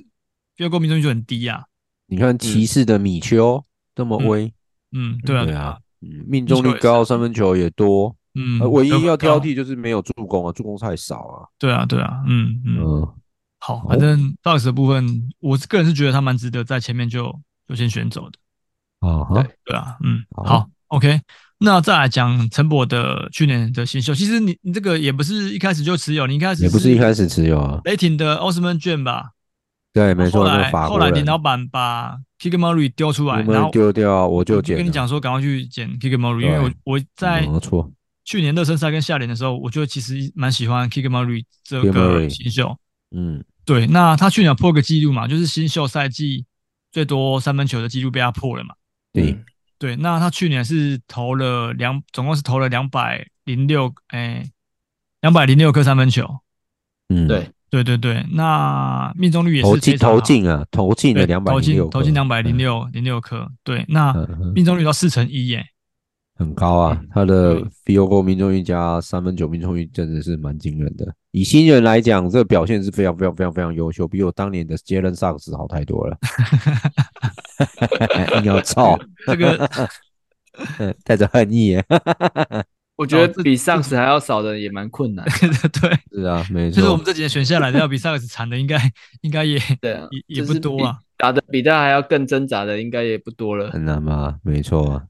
Speaker 4: field goal 命中率就很低啊。
Speaker 2: 你看骑士的米丘这么
Speaker 4: 嗯
Speaker 2: 威，
Speaker 4: 嗯，对啊，
Speaker 2: 对
Speaker 4: 对
Speaker 2: 啊
Speaker 4: 啊，，
Speaker 2: 嗯命
Speaker 4: 球
Speaker 2: 中率
Speaker 4: 也是
Speaker 2: 高，
Speaker 4: 啊
Speaker 2: 三分球也多，
Speaker 4: 嗯
Speaker 2: 呃，唯
Speaker 4: 得
Speaker 2: 一
Speaker 4: 分
Speaker 2: 要挑
Speaker 4: 高
Speaker 2: 剔就是没有助攻啊，助攻太少啊。
Speaker 4: 对啊，对啊，嗯嗯，
Speaker 2: 嗯，
Speaker 4: 好，
Speaker 2: 好
Speaker 4: 反正 Fox 的部分，我个人是觉得他蛮值得在前面就就先选走的。
Speaker 2: 啊哈，
Speaker 4: 对啊，嗯，
Speaker 2: 好
Speaker 4: 好，OK。那再来讲陈博的去年的新秀，其实你你这个也不是一开始就持有，你一开始
Speaker 2: 也不是一开始持有啊。
Speaker 4: 雷霆的奥斯曼卷吧？
Speaker 2: 对，没错，
Speaker 4: 后
Speaker 2: 那个
Speaker 4: 来
Speaker 2: 法
Speaker 4: 后
Speaker 2: 国
Speaker 4: 来林
Speaker 2: 人，
Speaker 4: 老板把 Kick Murray 丢出来，
Speaker 2: 我
Speaker 4: 然后
Speaker 2: 们丢掉我就捡了。
Speaker 4: 跟你讲说赶快去捡 Kick Murray，因为我
Speaker 2: 对嗯
Speaker 4: 我在
Speaker 2: 没错，
Speaker 4: 去年热身赛跟夏联的时候，我就其实蛮喜欢 Kick Murray 这
Speaker 2: Kick
Speaker 4: 个
Speaker 2: Murray
Speaker 4: 新秀。
Speaker 2: 嗯，
Speaker 4: 对，那他去年有破个记录嘛，就是新秀赛季最多三分球的记录被他破了嘛。
Speaker 2: 对
Speaker 3: 嗯，
Speaker 4: 对，那他去年是投了两，总共是投了两百零六，哎，两百零六颗三分球。
Speaker 2: 嗯，
Speaker 3: 对，
Speaker 4: 对对对，那命中率也
Speaker 2: 投
Speaker 4: 是
Speaker 2: 进
Speaker 4: 非常好
Speaker 2: 投进啊，投进了
Speaker 4: 对
Speaker 2: 两百
Speaker 4: 投
Speaker 2: 零
Speaker 4: 进
Speaker 2: 六，
Speaker 4: 投进两百零六零六颗。对，那
Speaker 2: 嗯，嗯，嗯
Speaker 4: 命中率到四成一耶。
Speaker 2: 很高啊
Speaker 3: 嗯。
Speaker 2: 他的
Speaker 4: 对
Speaker 2: field goal 命中率加三分球命中率真的是蛮惊人的。以新人来讲，这个表现是非常非常非常非常优秀，比我当年的杰伦萨克斯好太多了。硬要操，
Speaker 4: 这 个
Speaker 2: 嗯带着恨意耶。
Speaker 3: 我觉
Speaker 4: 哦
Speaker 3: 得比 Fox 还要少的也蛮困难。
Speaker 4: 对，
Speaker 2: 是啊，没
Speaker 4: 就是我
Speaker 2: 错
Speaker 4: 们，这几年选下来的，要比上一次惨的应该应该也
Speaker 3: 对啊，
Speaker 4: 也也
Speaker 3: 就
Speaker 4: 不
Speaker 3: 是
Speaker 4: 多啊。
Speaker 3: 比，打的比他还要更挣扎的应该也不多了。
Speaker 2: 很难吗？没错啊。嗯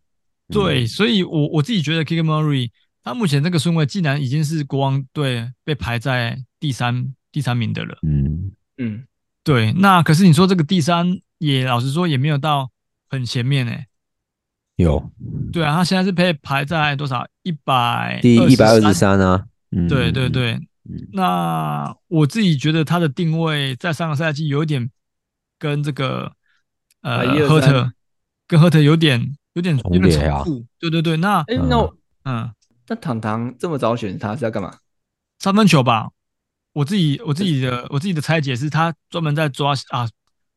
Speaker 4: 对，，所以我我自己觉得 Kick Murray 他目前这个顺位，竟然已经是国王队被排在第三第三名的了。
Speaker 2: 嗯，
Speaker 3: 嗯，
Speaker 4: 对，那可是你说这个第三也老实说也没有到很前面诶、
Speaker 2: 有
Speaker 4: 对啊，他现在是被排在多少？一百
Speaker 2: 第一百二十。三啊。嗯，
Speaker 4: 对对
Speaker 2: 嗯，
Speaker 4: 对，那我自己觉得他的定位在上个赛季有点跟这个呃
Speaker 3: 123
Speaker 4: 赫特跟赫特有点有点
Speaker 2: 重
Speaker 4: 有点
Speaker 2: 叠啊
Speaker 4: 重复。对对对，那
Speaker 3: 哎、
Speaker 2: 嗯
Speaker 3: 那我
Speaker 4: 嗯
Speaker 3: 那糖糖这么早选他是要干嘛？
Speaker 4: 三分球吧，我自
Speaker 3: 嗯
Speaker 4: 己我自己的我自己的拆解是他专门在抓啊。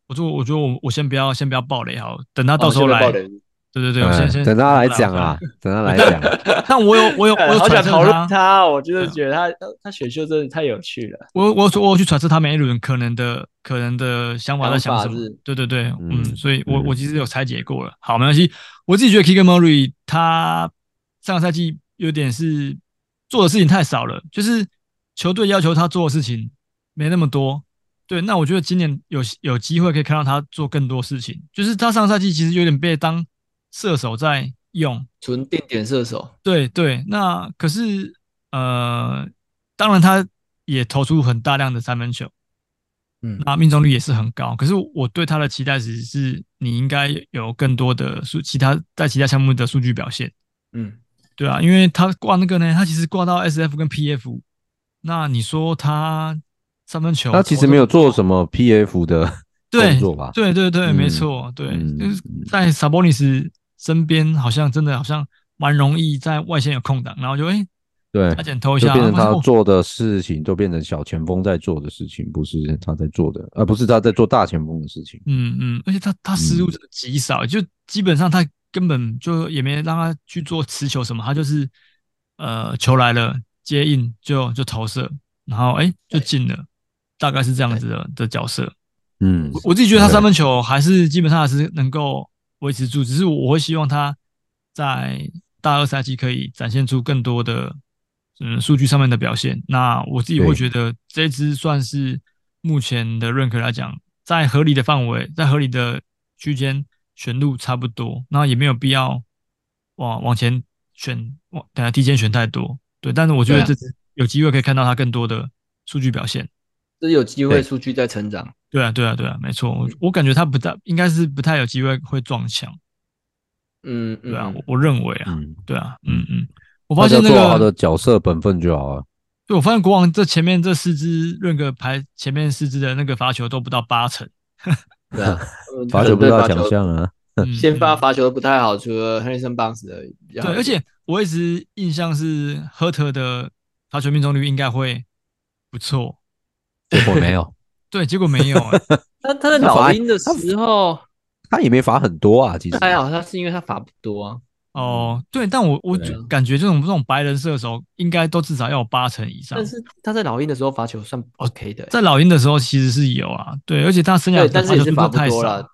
Speaker 4: 我就我觉得我我先不要先不要爆雷好了，等啊他到时候
Speaker 3: 哦
Speaker 4: 来，
Speaker 3: 先被爆
Speaker 4: 对
Speaker 3: 雷
Speaker 4: 对对，我先
Speaker 2: 嗯
Speaker 4: 先
Speaker 2: 等他来讲啊。，等他来讲。
Speaker 4: 但我有我有我
Speaker 3: 哎
Speaker 4: 有
Speaker 3: 好
Speaker 4: 揣
Speaker 3: 想
Speaker 4: 测
Speaker 3: 讨论
Speaker 4: 他，啊
Speaker 3: 他哦，我就是觉得他他选秀真的太有趣了。
Speaker 4: 我有我有说我有去揣测他每一轮可能的可能的想法在想什
Speaker 3: 想
Speaker 4: 么
Speaker 3: 法是。
Speaker 4: 对对对，嗯，
Speaker 2: 嗯
Speaker 4: 所以我
Speaker 2: 嗯
Speaker 4: 我其实有拆解过了。好，没关系，我自己觉得 Kicker Murray 他上个赛季有点是做的事情太少了，就是球队要求他做的事情没那么多。对，那我觉得今年有有机会可以看到他做更多事情，就是他上个赛季其实有点被当射手在用，
Speaker 3: 纯定点射手，
Speaker 4: 对对，那可是呃，当然他也投出很大量的三分球，
Speaker 3: 嗯
Speaker 4: 那命中率也是很高。可是我对他的期待只是你应该有更多的数，其他在其他项目的数据表现，
Speaker 3: 嗯，
Speaker 4: 对啊，因为他挂那个呢，他其实挂到 SF 跟 PF，那你说他三分球
Speaker 2: 他其实
Speaker 4: 投
Speaker 2: 没
Speaker 4: 得
Speaker 2: 有做什么 PF 的
Speaker 4: 对
Speaker 2: 动作吧？
Speaker 4: 对对对，没
Speaker 2: 嗯
Speaker 4: 错，对，
Speaker 2: 嗯
Speaker 4: 就是在 Sabonis 身边，好像真的好像蛮容易在外线有空档，然后就哎。诶
Speaker 2: 对，
Speaker 4: 加减偷一
Speaker 2: 就
Speaker 4: 下，
Speaker 2: 变成
Speaker 4: 或者
Speaker 2: 他
Speaker 4: 哦
Speaker 2: 做的事情都变成小前锋在做的事情，不是他在做的，而呃不是他在做大前锋的事情。
Speaker 4: 嗯嗯，而且他他失误真的极少，就基本上他根本就也没让他去做持球什么，他就是呃球来了接应就就投射，然后哎、诶就进了，大概是这样子的的角色。
Speaker 2: 嗯
Speaker 4: 我我自己觉得他
Speaker 2: 对
Speaker 4: 三分球还是基本上还是能够维持住，只是我会希望他在大二赛季可以展现出更多的嗯数据上面的表现。那我自己会
Speaker 2: 对
Speaker 4: 觉得这支算是目前的认可来讲，在合理的范围，在合理的区间选入差不多，那也没有必要往往前选往等下提前选太多。对，但是我觉得
Speaker 3: 对啊
Speaker 4: 这支有机会可以看到他更多的数据表现。
Speaker 3: 这有机
Speaker 2: 对
Speaker 3: 会数据在成长。
Speaker 4: 对啊，对啊，对啊，没错，我我感觉他不大，应该是不太有机会会撞墙。
Speaker 3: 嗯，嗯
Speaker 4: 对啊，
Speaker 3: 嗯
Speaker 4: 我我认为啊，
Speaker 2: 嗯，
Speaker 4: 对啊，嗯嗯，我
Speaker 2: 我
Speaker 4: 发现那
Speaker 2: 做好他
Speaker 4: 个
Speaker 2: 的，角色本分就好了。
Speaker 4: 对我发现国王这前面这四支任哥排前面四支的那个罚球都不到八成，
Speaker 3: 对啊，嗯
Speaker 2: 罚球不是
Speaker 3: 对
Speaker 2: 他强项啊，
Speaker 4: 嗯
Speaker 3: 先发
Speaker 4: 嗯
Speaker 3: 罚球都不太好，除了 Harrison Barnes 而已。
Speaker 4: 对，而且我一直印象是赫特的罚球命中率应该会不错，
Speaker 2: 结果没有，
Speaker 4: 对，结果没有、 欸，
Speaker 3: 他他在老鹰的时候
Speaker 2: 他也没罚很多啊，其实。
Speaker 3: 还好，他是因为他罚不多啊。
Speaker 4: 哦，对，但我我
Speaker 2: 对
Speaker 4: 就感觉这种这种白人射手应该都至少要有八成以上
Speaker 3: 但，是他在老鹰的时候罚球算
Speaker 4: 哦
Speaker 3: OK 的、
Speaker 4: 在老鹰的时候其实是有啊，对，而且他生涯
Speaker 3: 对，
Speaker 4: 的
Speaker 3: 但
Speaker 4: 罚
Speaker 3: 是也
Speaker 4: 球
Speaker 3: 是
Speaker 4: 数
Speaker 3: 罚
Speaker 4: 都
Speaker 3: 不
Speaker 4: 太
Speaker 3: 多
Speaker 4: 少
Speaker 3: 了
Speaker 4: 了，，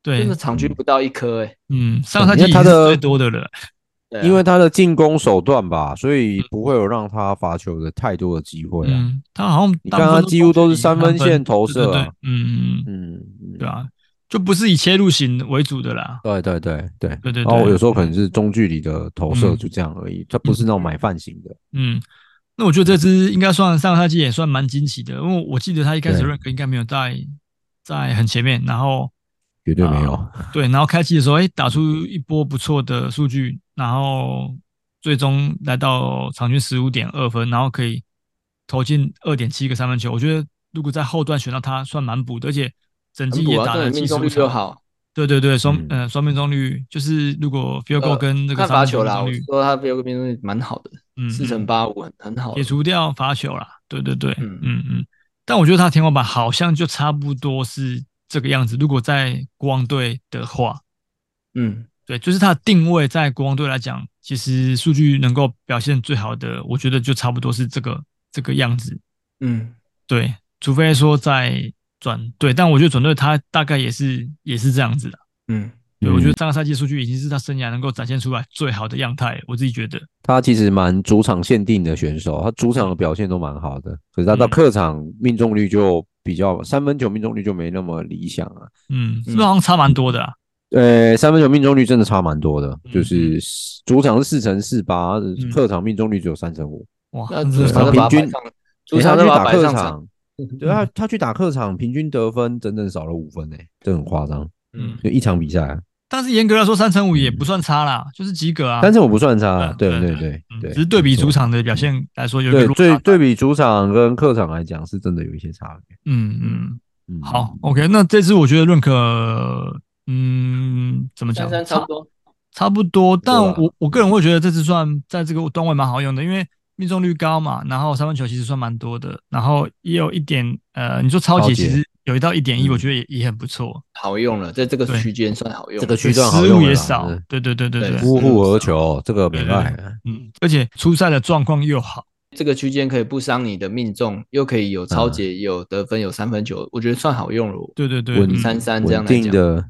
Speaker 3: 真
Speaker 4: 对
Speaker 3: 的，场均不到一颗哎、
Speaker 4: 嗯，上赛季
Speaker 2: 因为他
Speaker 4: 已经是
Speaker 2: 的
Speaker 4: 最多的了。
Speaker 3: 对啊
Speaker 2: 因为他的进攻手段吧，所以不会有让他罚球的太多的机会啊。
Speaker 4: 嗯，他好像
Speaker 2: 你
Speaker 4: 大部
Speaker 2: 看
Speaker 4: 分
Speaker 2: 他几乎都是三分
Speaker 4: 分
Speaker 2: 线投
Speaker 4: 对对
Speaker 2: 射
Speaker 4: 对
Speaker 2: 啊
Speaker 4: 嗯嗯嗯，
Speaker 2: 嗯，嗯
Speaker 4: 对啊，就不是以切入型为主的啦。
Speaker 2: 对对对对
Speaker 4: 对对
Speaker 2: 然后我
Speaker 4: 对
Speaker 2: 有时候可能是中距离的投射，
Speaker 4: 嗯
Speaker 2: 就这样而已，它不是那种买饭型的。
Speaker 4: 嗯，那我觉得这支应该算上个赛季也算蛮惊奇的，因为我记得他一开始
Speaker 2: 对
Speaker 4: rank 应该没有在在很前面，然后
Speaker 2: 绝对没有。
Speaker 4: 对，然后开机的时候，哎，打出一波不错的数据，然后最终来到场均十五点二分，然后可以投进二点七个三分球。我觉得如果在后段选到他，算蛮补的，而且整季
Speaker 3: 很补
Speaker 4: 也
Speaker 3: 啊，
Speaker 4: 打
Speaker 3: 这
Speaker 4: 了
Speaker 3: 种命
Speaker 4: 七十
Speaker 3: 中率
Speaker 4: 五
Speaker 3: 就
Speaker 4: 场。
Speaker 3: 好。
Speaker 4: 对对对，双
Speaker 2: 嗯
Speaker 4: 呃双命中率就是如果 field goal
Speaker 3: 呃
Speaker 4: 跟那个
Speaker 3: 看
Speaker 4: 三
Speaker 3: 罚
Speaker 4: 分球
Speaker 3: 球
Speaker 4: 命
Speaker 3: 啦，
Speaker 4: 中
Speaker 3: 我
Speaker 4: 率，
Speaker 3: 说他 field goal 命中率蛮好的，
Speaker 4: 嗯，
Speaker 3: 四
Speaker 4: 嗯
Speaker 3: 乘八五很很好的
Speaker 4: 解。除掉罚球啦，对对对，嗯
Speaker 3: 嗯
Speaker 4: 嗯但我觉得他天花板好像就差不多是这个样子。如果在国王队的话，
Speaker 3: 嗯，
Speaker 4: 对，就是他的定位在国王队来讲，其实数据能够表现最好的，我觉得就差不多是这个这个样子。
Speaker 3: 嗯，
Speaker 4: 对，除非说在转队，但我觉得转队他大概也是也是这样子的。
Speaker 3: 嗯，
Speaker 4: 对，我觉得
Speaker 2: 嗯
Speaker 4: 上个赛季数据已经是他生涯能够展现出来最好的样态，我自己觉得。
Speaker 2: 他其实蛮主场限定的选手，他主场的表现都蛮好的，可是他到
Speaker 4: 嗯
Speaker 2: 客场命中率就比较三分球命中率就没那么理想啊。
Speaker 4: 嗯，是不是好像差蛮多的啊？
Speaker 2: 呃，三分球命中率真的差蛮多的，
Speaker 4: 嗯
Speaker 2: 就是主场是四乘四八，
Speaker 4: 嗯
Speaker 2: 客场命中率只有三乘五。
Speaker 4: 哇，
Speaker 3: 那
Speaker 4: 真
Speaker 3: 主
Speaker 4: 的是
Speaker 3: 场
Speaker 4: 差
Speaker 3: 的
Speaker 4: 不
Speaker 3: 把
Speaker 4: 多
Speaker 3: 它
Speaker 2: 平
Speaker 3: 摆
Speaker 2: 均
Speaker 3: 上，主
Speaker 2: 欸他
Speaker 3: 场的
Speaker 2: 去
Speaker 3: 把
Speaker 2: 打
Speaker 3: 它摆
Speaker 2: 客
Speaker 3: 上场。
Speaker 2: 场， 对他他去打客场，平均得分整整少了五分诶、这很夸张。
Speaker 3: 嗯
Speaker 2: 就一场比赛啊，
Speaker 4: 但是严格来说，三乘五也不算差啦，就是及格啊。
Speaker 2: 但是我不算差啊，
Speaker 4: 嗯
Speaker 2: 对
Speaker 4: 对
Speaker 2: 对
Speaker 4: 对
Speaker 2: 对
Speaker 4: 嗯
Speaker 2: 对，
Speaker 4: 只是对比
Speaker 2: 没错
Speaker 4: 主，场的表现来说，有一个
Speaker 2: 对
Speaker 4: 落
Speaker 2: 对
Speaker 4: 差。
Speaker 2: 对比主场跟客场来讲，是真的有一些差别。
Speaker 4: 嗯嗯，
Speaker 2: 嗯，
Speaker 4: 好，OK，那这次我觉得认可，嗯，怎么讲
Speaker 3: 三？三差不多，
Speaker 4: 差不多，但
Speaker 2: 吧
Speaker 4: 我我个人会觉得这次算在这个段位蛮好用的，因为命中率高嘛，然后三分球其实算蛮多的，然后也有一点呃，你说超
Speaker 2: 超
Speaker 4: 解
Speaker 2: 解
Speaker 4: 其实有一到一点一，
Speaker 2: 嗯
Speaker 4: 我觉得也也很不错，
Speaker 3: 好用了，在这个
Speaker 4: 对
Speaker 3: 区间算好用了。
Speaker 2: 这个区
Speaker 4: 对，
Speaker 2: 段好
Speaker 4: 失
Speaker 2: 用
Speaker 4: 误
Speaker 2: 了
Speaker 4: 也
Speaker 2: 啦
Speaker 4: 少
Speaker 2: 嗯，
Speaker 4: 对对对对
Speaker 3: 对
Speaker 4: 对，
Speaker 2: 夫复何求，这个没
Speaker 4: 对对
Speaker 2: 赖。
Speaker 4: 嗯，而且出赛的状况又好，
Speaker 3: 这个区间可以不伤你的命中，又可以有
Speaker 2: 嗯
Speaker 3: 超解，有得分，有三分球，我觉得算好用了。
Speaker 4: 对对对，
Speaker 2: 稳
Speaker 4: 嗯
Speaker 3: 三三这样
Speaker 2: 稳
Speaker 3: 来
Speaker 2: 定
Speaker 3: 讲，
Speaker 2: 的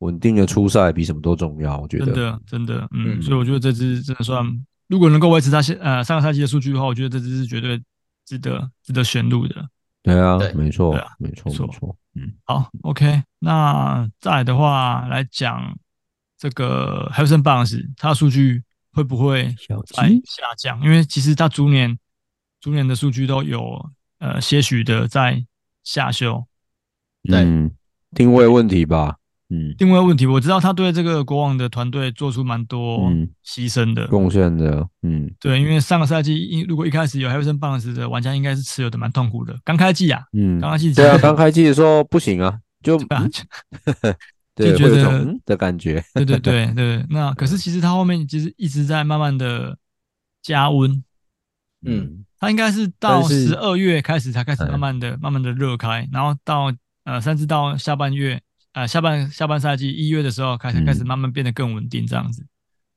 Speaker 2: 稳定的出赛比什么都重要，我觉
Speaker 4: 真
Speaker 2: 得。
Speaker 4: 的真的，嗯，
Speaker 3: 嗯
Speaker 4: 所以我觉得这支真的算，如果能够维持他现呃上个赛季的数据的话，我觉得这支是绝对值得值得选入的。
Speaker 2: 对啊
Speaker 3: 对，
Speaker 2: 没错
Speaker 4: 对啊，
Speaker 2: 没错，
Speaker 4: 没错
Speaker 2: 没错。嗯，
Speaker 4: 好，OK，那再来的话来讲这个 Harrison Barnes，他的数据会不会
Speaker 2: 小
Speaker 4: 在
Speaker 2: 鸡
Speaker 4: 下降？因为其实他逐年逐年的数据都有呃些许的在下修。
Speaker 3: 对
Speaker 2: 嗯，定位问题吧。嗯，
Speaker 4: 定位问题，我知道他对这个国王的团队做出蛮多
Speaker 2: 嗯
Speaker 4: 牺牲的，
Speaker 2: 贡献的，嗯
Speaker 4: 对，因为上个赛季一如果一开始有 Harrison Barnes 的玩家，应该是持有的蛮痛苦的。刚开季啊，
Speaker 2: 嗯
Speaker 4: 刚，开季
Speaker 2: 对啊，刚开季的时候不行啊，就
Speaker 4: 对啊
Speaker 2: 嗯 对，
Speaker 4: 就觉
Speaker 2: 会有一种
Speaker 4: 得
Speaker 2: 嗯的感觉。
Speaker 4: 对对对对，那可是其实他后面其实一直在慢慢的加温，
Speaker 3: 嗯，
Speaker 4: 他应该是到
Speaker 2: 但是
Speaker 4: 十二月开始才开始
Speaker 2: 嗯
Speaker 4: 慢慢的、慢慢的热开，然后到呃甚至到下半月呃下半下半赛季一月的时候开始、
Speaker 2: 嗯
Speaker 4: 开始慢慢变得更稳定这样子。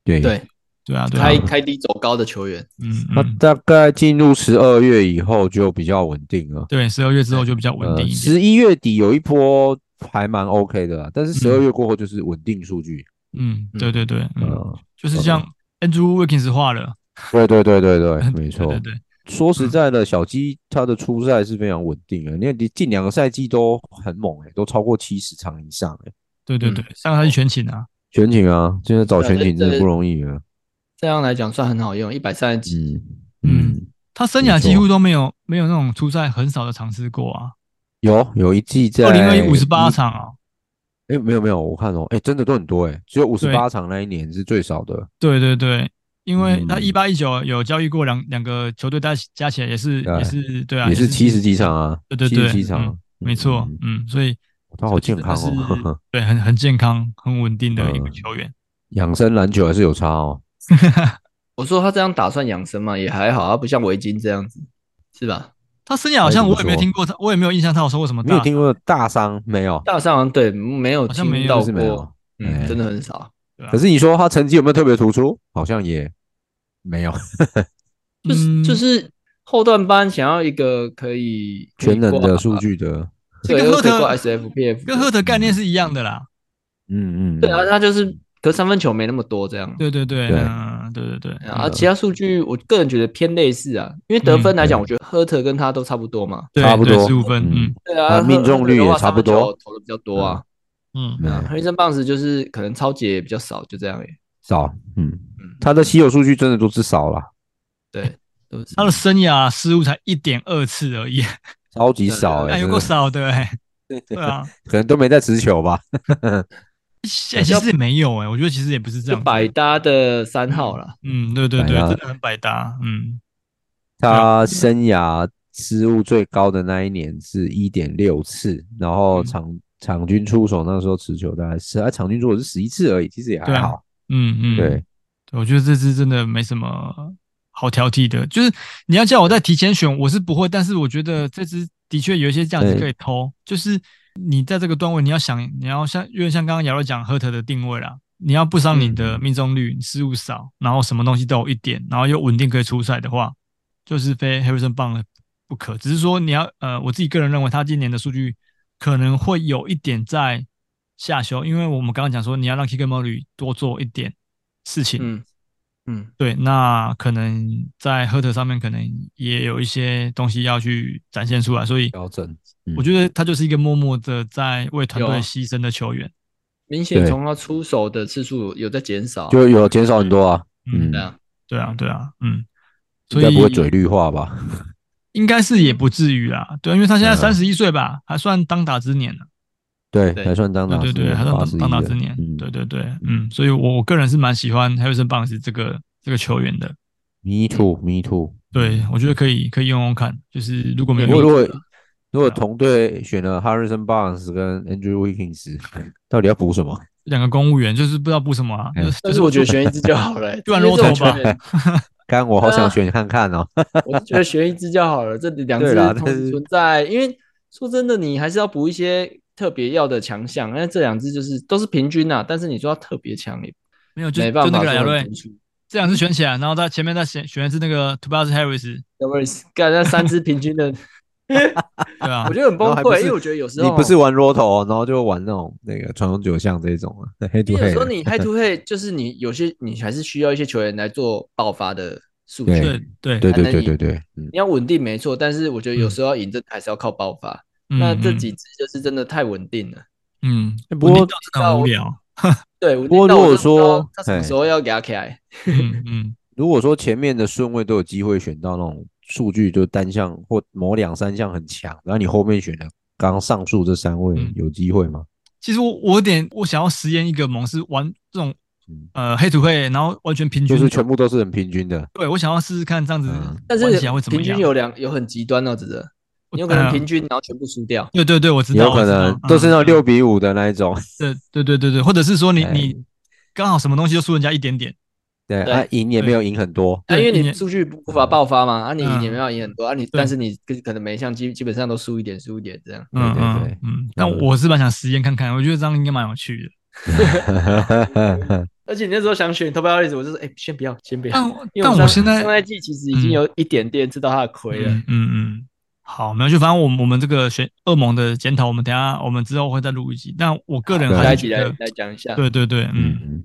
Speaker 2: 对
Speaker 3: 对，
Speaker 4: 对啊，对啊，
Speaker 3: 开开低走高的球员，
Speaker 4: 嗯
Speaker 2: 那
Speaker 4: 嗯，
Speaker 2: 大概进入十二月以后就比较稳定了。
Speaker 4: 对，十二月之后就比较稳定
Speaker 2: 呃，
Speaker 4: 一点。
Speaker 2: 十一月底有一波还蛮 OK 的啦，但是
Speaker 4: 嗯
Speaker 2: 十二月过后就是稳定数据。
Speaker 4: 嗯，
Speaker 3: 嗯
Speaker 4: 对对对，嗯，
Speaker 2: 呃，
Speaker 4: 就是像 Andrew Wiggins 画了，
Speaker 2: 对呃对对对对，没错。
Speaker 4: 对对对，
Speaker 2: 说实在的，小鸡它的初赛是非常稳定
Speaker 4: 嗯
Speaker 2: 的，因为近两个赛季都很猛哎、都超过七十场以上哎、
Speaker 4: 对对对，上个赛季全勤啊，
Speaker 2: 全勤啊，现在找
Speaker 3: 对啊
Speaker 2: 全勤
Speaker 3: 这
Speaker 2: 真的
Speaker 3: 这
Speaker 2: 不容易啊。
Speaker 3: 这样来讲算很好用，一百三十几。
Speaker 2: 嗯
Speaker 4: 嗯
Speaker 2: 嗯，
Speaker 4: 他生涯几乎都没有没有那种初赛很少的尝试过啊，
Speaker 2: 有有一季在
Speaker 4: 二零二一五十
Speaker 2: 嗯
Speaker 4: 八，场啊，
Speaker 2: 哎、没有没有，我看哦，哎、真的都很多哎、只有五十八场那一年是最少的。
Speaker 4: 对对对，因为他
Speaker 2: 嗯
Speaker 4: 一八一九有交易过两两个球队，加起加起来也是
Speaker 2: 对
Speaker 4: 也是对啊，
Speaker 2: 也是七十几场啊，
Speaker 4: 对对
Speaker 2: 七
Speaker 4: 对
Speaker 2: 十几场啊、
Speaker 4: 嗯没错
Speaker 2: 嗯，
Speaker 4: 嗯，所以
Speaker 2: 他好健康
Speaker 4: 他是
Speaker 2: 哦，呵呵
Speaker 4: 对很很健康、很稳定的一个
Speaker 2: 嗯
Speaker 4: 球员，
Speaker 2: 养生篮球还是有差哦。
Speaker 3: 我说他这样打算养生嘛，也还好，他不像围巾这样子，是吧？
Speaker 4: 他生涯好像我也没有
Speaker 2: 哎
Speaker 4: 听过他，我也没有印象他有受过什么
Speaker 2: 没有
Speaker 4: 哦大
Speaker 2: 听过大伤没有？
Speaker 3: 大上好像对没有
Speaker 4: 好像没
Speaker 3: 听
Speaker 4: 有
Speaker 3: 到
Speaker 2: 就是没有
Speaker 3: 过，。嗯，
Speaker 2: 哎
Speaker 3: 真的很少。
Speaker 4: 啊
Speaker 2: 可是你说他成绩有没有特别突出？好像也没 有，
Speaker 3: 就是
Speaker 4: 嗯
Speaker 3: 就是后段班想要一个可以
Speaker 2: 全能
Speaker 4: 啊
Speaker 2: 的数
Speaker 3: 据，
Speaker 2: 据的，
Speaker 4: 这
Speaker 3: 对，啊
Speaker 4: 个
Speaker 3: 又可以
Speaker 4: 赫特
Speaker 3: 挂 SFPF，
Speaker 4: 嗯跟赫
Speaker 3: 的
Speaker 4: 德概念是一样的啦。
Speaker 2: 嗯嗯，
Speaker 3: 对啊，，他就是可三分球没那么多这样。
Speaker 4: 对对对，
Speaker 2: 对
Speaker 4: 嗯，对对对，
Speaker 3: 啊，其他数据我个人觉得偏类似啊，因为得分来
Speaker 2: 嗯
Speaker 3: 讲，我觉得赫特跟他都差不多嘛。
Speaker 4: 对
Speaker 2: 差不多
Speaker 4: 十五分，嗯
Speaker 2: 嗯
Speaker 3: 对啊，
Speaker 2: 他命中率也
Speaker 3: 赫特的话
Speaker 2: 差不多
Speaker 3: 三分球投的比较多啊。
Speaker 4: 嗯，
Speaker 2: 没有
Speaker 3: 啊，黑森棒子就是可能超级也比较少，就这样而已。
Speaker 2: 少，嗯，
Speaker 3: 嗯，
Speaker 2: 他的稀有数据真的都是少了，
Speaker 3: 对，都是
Speaker 4: 他的生涯失误才一点二次而已，
Speaker 2: 超级少
Speaker 4: 哎，
Speaker 2: 哎，
Speaker 4: 有
Speaker 2: 真
Speaker 4: 够
Speaker 2: 的
Speaker 4: 少的哎，对啊，
Speaker 2: 可能都没在持 球吧。
Speaker 4: 哎，其实也没有哎，我觉得其实也不是这
Speaker 3: 就
Speaker 4: 样，
Speaker 3: 百搭的三号啦。
Speaker 4: 嗯，对对对，
Speaker 2: 百搭
Speaker 4: 真的很百搭，嗯，
Speaker 2: 他生涯失误最高的那一年是一点六次，然后
Speaker 4: 嗯
Speaker 2: 场场均出手那时候持球大概是，啊他场均出手是十一次而已，其实也
Speaker 4: 对
Speaker 2: 还
Speaker 4: 啊
Speaker 2: 好。
Speaker 4: 嗯嗯，
Speaker 2: 对，
Speaker 4: 对，我觉得这支真的没什么好挑剔的，就是你要叫我再提前选，我是不会，但是我觉得这支的确有一些价值
Speaker 2: 对
Speaker 4: 可以偷，就是你在这个段位，你要想，你要像，因为像刚刚姚乐讲赫特的定位啦，你要不伤你的命中率，你失误少，然后什么东西都有一点，然后又稳定可以出赛的话，就是非 Harrison 棒不可。只是说你要，呃，我自己个人认为他今年的数据可能会有一点在下修，因为我们刚刚讲说你要让 Kicker Murray 多做一点事情，
Speaker 3: 嗯嗯，
Speaker 4: 对，那可能在赫特上面可能也有一些东西要去展现出来，所以
Speaker 2: 调整，
Speaker 4: 我觉得他就是一个默默的在为团
Speaker 3: 有啊
Speaker 4: 队牺牲的球员。
Speaker 3: 明显
Speaker 2: 对
Speaker 3: 从他出手的次数有在减少啊。
Speaker 2: 就有减少很多啊，
Speaker 4: 嗯，
Speaker 2: 嗯
Speaker 3: 对啊，
Speaker 4: 对啊，对啊，嗯，
Speaker 2: 应
Speaker 4: 所
Speaker 2: 该
Speaker 4: 以
Speaker 2: 不会嘴绿化吧？
Speaker 4: 应该是也不至于啦，对啊，因为他现在
Speaker 2: 嗯
Speaker 4: 三十一岁吧，还算当打之年呢。
Speaker 2: 对，
Speaker 3: 对
Speaker 2: 还算当
Speaker 4: 对
Speaker 2: 打
Speaker 4: 对
Speaker 2: 之
Speaker 4: 对，
Speaker 2: 年，
Speaker 4: 还算
Speaker 2: 八
Speaker 4: 当
Speaker 2: 十
Speaker 4: 当打
Speaker 2: 一的
Speaker 4: 之年。
Speaker 2: 嗯，
Speaker 4: 对对对，嗯，所以我我个人是蛮喜欢 Harrison Barnes 这个这个球员的。
Speaker 2: ，me too，me too。
Speaker 4: 对，我觉得可以可以用用看，就是如果没
Speaker 3: 对
Speaker 2: 嗯如果
Speaker 4: 有
Speaker 2: 如果如
Speaker 4: 啊
Speaker 2: 果同队选了 Harrison Barnes 跟 Andrew Wiggins，到底 要补什么？
Speaker 4: 两个公务员，就是不知道补什么啊，
Speaker 2: 嗯
Speaker 4: 就是
Speaker 3: 但是我觉得选一支就好了、欸，
Speaker 4: 就按
Speaker 3: 因为这
Speaker 4: roto
Speaker 3: 种球员，
Speaker 2: 刚我好
Speaker 3: 啊
Speaker 2: 想选看看哦。
Speaker 3: 我是觉得选一支就好了。这两
Speaker 2: 对
Speaker 3: 支
Speaker 2: 啦
Speaker 3: 同
Speaker 2: 但
Speaker 3: 时
Speaker 2: 是
Speaker 3: 存在，因为说真的，你还是要补一些特别要的强项。那这两支就是都是平均啊，但是你说它特别强，也
Speaker 4: 没有就
Speaker 3: 没
Speaker 4: 就
Speaker 3: 办
Speaker 4: 那
Speaker 3: 法
Speaker 4: 个啦
Speaker 3: 说
Speaker 4: 姚
Speaker 3: 很
Speaker 4: 瑞
Speaker 3: 突，出。
Speaker 4: 这两支选起来，然后在前面再选选一次那个 Tobias Harris，
Speaker 3: 要不然干那三支平均 的，
Speaker 4: 对吧、
Speaker 3: 我觉得很崩
Speaker 2: 然后还不
Speaker 3: 溃，
Speaker 2: 是
Speaker 3: 因为我觉得有 时
Speaker 2: 你
Speaker 3: 候
Speaker 2: 不是玩 Roto，然后就玩那种那个传统九项这种啊黑
Speaker 3: 因
Speaker 2: to
Speaker 3: 为有
Speaker 2: 黑
Speaker 3: 时。候你 head to head 就是你有些你还是需要一些球员来做爆发的数
Speaker 2: 对
Speaker 3: 据。
Speaker 4: 对对
Speaker 2: 对
Speaker 3: 还
Speaker 2: 对
Speaker 3: 能
Speaker 2: 对
Speaker 3: 赢
Speaker 2: 对对，嗯，
Speaker 3: 你要稳定没错，但是我觉得
Speaker 4: 嗯
Speaker 3: 有时候要赢，这还是要靠爆发。那这几支就是真的太稳定了。
Speaker 4: 嗯，嗯
Speaker 2: 不过
Speaker 4: 稳定到真的很无聊，
Speaker 3: 对，我
Speaker 2: 不过
Speaker 3: 那我
Speaker 2: 如果
Speaker 3: 就不知道
Speaker 2: 说
Speaker 3: 他什么
Speaker 2: 嘿
Speaker 3: 时候要给他开，
Speaker 4: 嗯嗯，
Speaker 2: 如果说前面的顺位都有机会选到那种数据就单项或某两三项很强，然后你后面选的刚上述这三位
Speaker 4: 嗯
Speaker 2: 有机会吗？
Speaker 4: 其实我我有点我想要实验一个盟是玩这种
Speaker 2: 嗯
Speaker 4: 呃黑土黑，然后完全平均
Speaker 2: 就
Speaker 4: 的，
Speaker 2: 是全部都是很平均的，
Speaker 4: 对我想要试试看这样子
Speaker 2: 嗯
Speaker 3: 但
Speaker 4: 玩起来会
Speaker 3: 是
Speaker 4: 怎么
Speaker 3: 平均
Speaker 4: 样？嗯呃
Speaker 3: 有两有很极端哦，指的你有可能平均然后全部输掉，
Speaker 4: 对对对，我知道，
Speaker 2: 有可
Speaker 4: 我
Speaker 2: 能
Speaker 4: 知道
Speaker 2: 都是那种
Speaker 4: 嗯
Speaker 2: 六比五的那一种。
Speaker 4: 对对对对对，或者是说你
Speaker 2: 哎
Speaker 4: 你刚好什么东西就输人家一点点，
Speaker 2: 对，
Speaker 3: 对
Speaker 2: 啊，赢也没有赢 很多，
Speaker 3: 啊，因为
Speaker 4: 对
Speaker 3: 你
Speaker 4: 你
Speaker 3: 数据不无法爆发嘛，啊，你
Speaker 4: 嗯
Speaker 3: 你没有赢很多啊，你但是你可可能每一项基基本上都输一点输一点这样，
Speaker 4: 嗯
Speaker 2: 对对
Speaker 4: 嗯
Speaker 2: 对
Speaker 4: 嗯，但我是蛮想实验看看，我觉得这样应该蛮有趣的。
Speaker 2: 嗯
Speaker 3: 而且你那时候想选 t o b i a s 我就说哎先不要先不要
Speaker 4: 嗯但，
Speaker 3: 因为
Speaker 4: 但
Speaker 3: 上
Speaker 4: 我现在嗯
Speaker 3: 上赛季其实已经有一点点知道他的亏了，
Speaker 4: 嗯嗯嗯，好，没有，就反正我们我们这个选恶魔的检讨，我们等一下我们之后会再录一集。但我个人
Speaker 2: 好
Speaker 4: 还
Speaker 3: 来
Speaker 4: 是
Speaker 3: 一
Speaker 4: 觉
Speaker 3: 起来
Speaker 4: 得，
Speaker 3: 来讲一下。
Speaker 4: 嗯对对对，嗯
Speaker 2: 嗯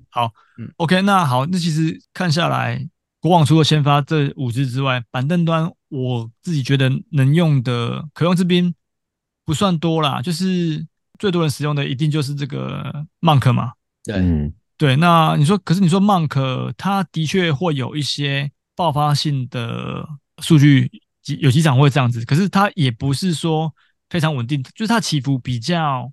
Speaker 2: 嗯，
Speaker 4: OK，那好，那其实看下来，国网除了先发这五支之外，板凳端我自己觉得能用的可用之兵不算多啦，就是最多人使用的一定就是这个 Monk 嘛。
Speaker 3: 对，
Speaker 2: 嗯
Speaker 4: 对，那你说，可是你说 Monk 他的确会有一些爆发性的数据，几有几场会这样子，可是他也不是说非常稳定，就是他起伏比较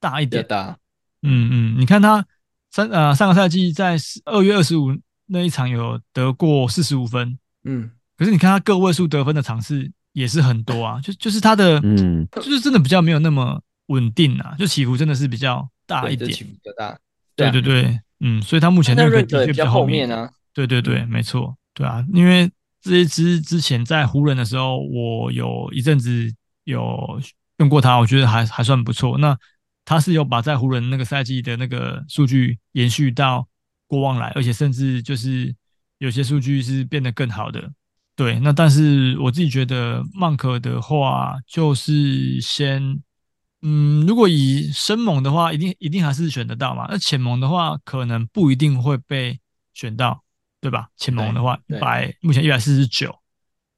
Speaker 4: 大一
Speaker 3: 比较
Speaker 4: 点。
Speaker 3: 大，
Speaker 4: 嗯嗯，你看他三呃上个赛季在二月二十五那一场有得过四十五分，
Speaker 3: 嗯，
Speaker 4: 可是你看他个位数得分的场次也是很多啊，就就是他的
Speaker 2: 嗯
Speaker 4: 就是真的比较没有那么稳定啊，就起伏真的是比较大
Speaker 3: 对，
Speaker 4: 一
Speaker 3: 就
Speaker 4: 点。
Speaker 3: 起伏比较大。
Speaker 4: 对对对，嗯，所以他目前
Speaker 3: 那
Speaker 4: 认可
Speaker 3: 瑞
Speaker 4: 的
Speaker 3: 德
Speaker 4: 确
Speaker 3: 比
Speaker 4: 比较
Speaker 3: 较
Speaker 4: 后
Speaker 3: 后
Speaker 4: 面
Speaker 3: 面啊，
Speaker 4: 对对对，没错，对啊，因为这一支之前在湖人的时候，我有一阵子有用过它，我觉得还还算不错。那他是有把在湖人那个赛季的那个数据延续到过往来，而且甚至就是有些数据是变得更好的。对，那但是我自己觉得曼可的话，就是先，嗯，如果以生猛的话，一定一定还是选得到嘛。那浅萌的话，可能不一定会被选到，对吧？浅萌的话，一
Speaker 3: 对
Speaker 4: 百目前一百四十九，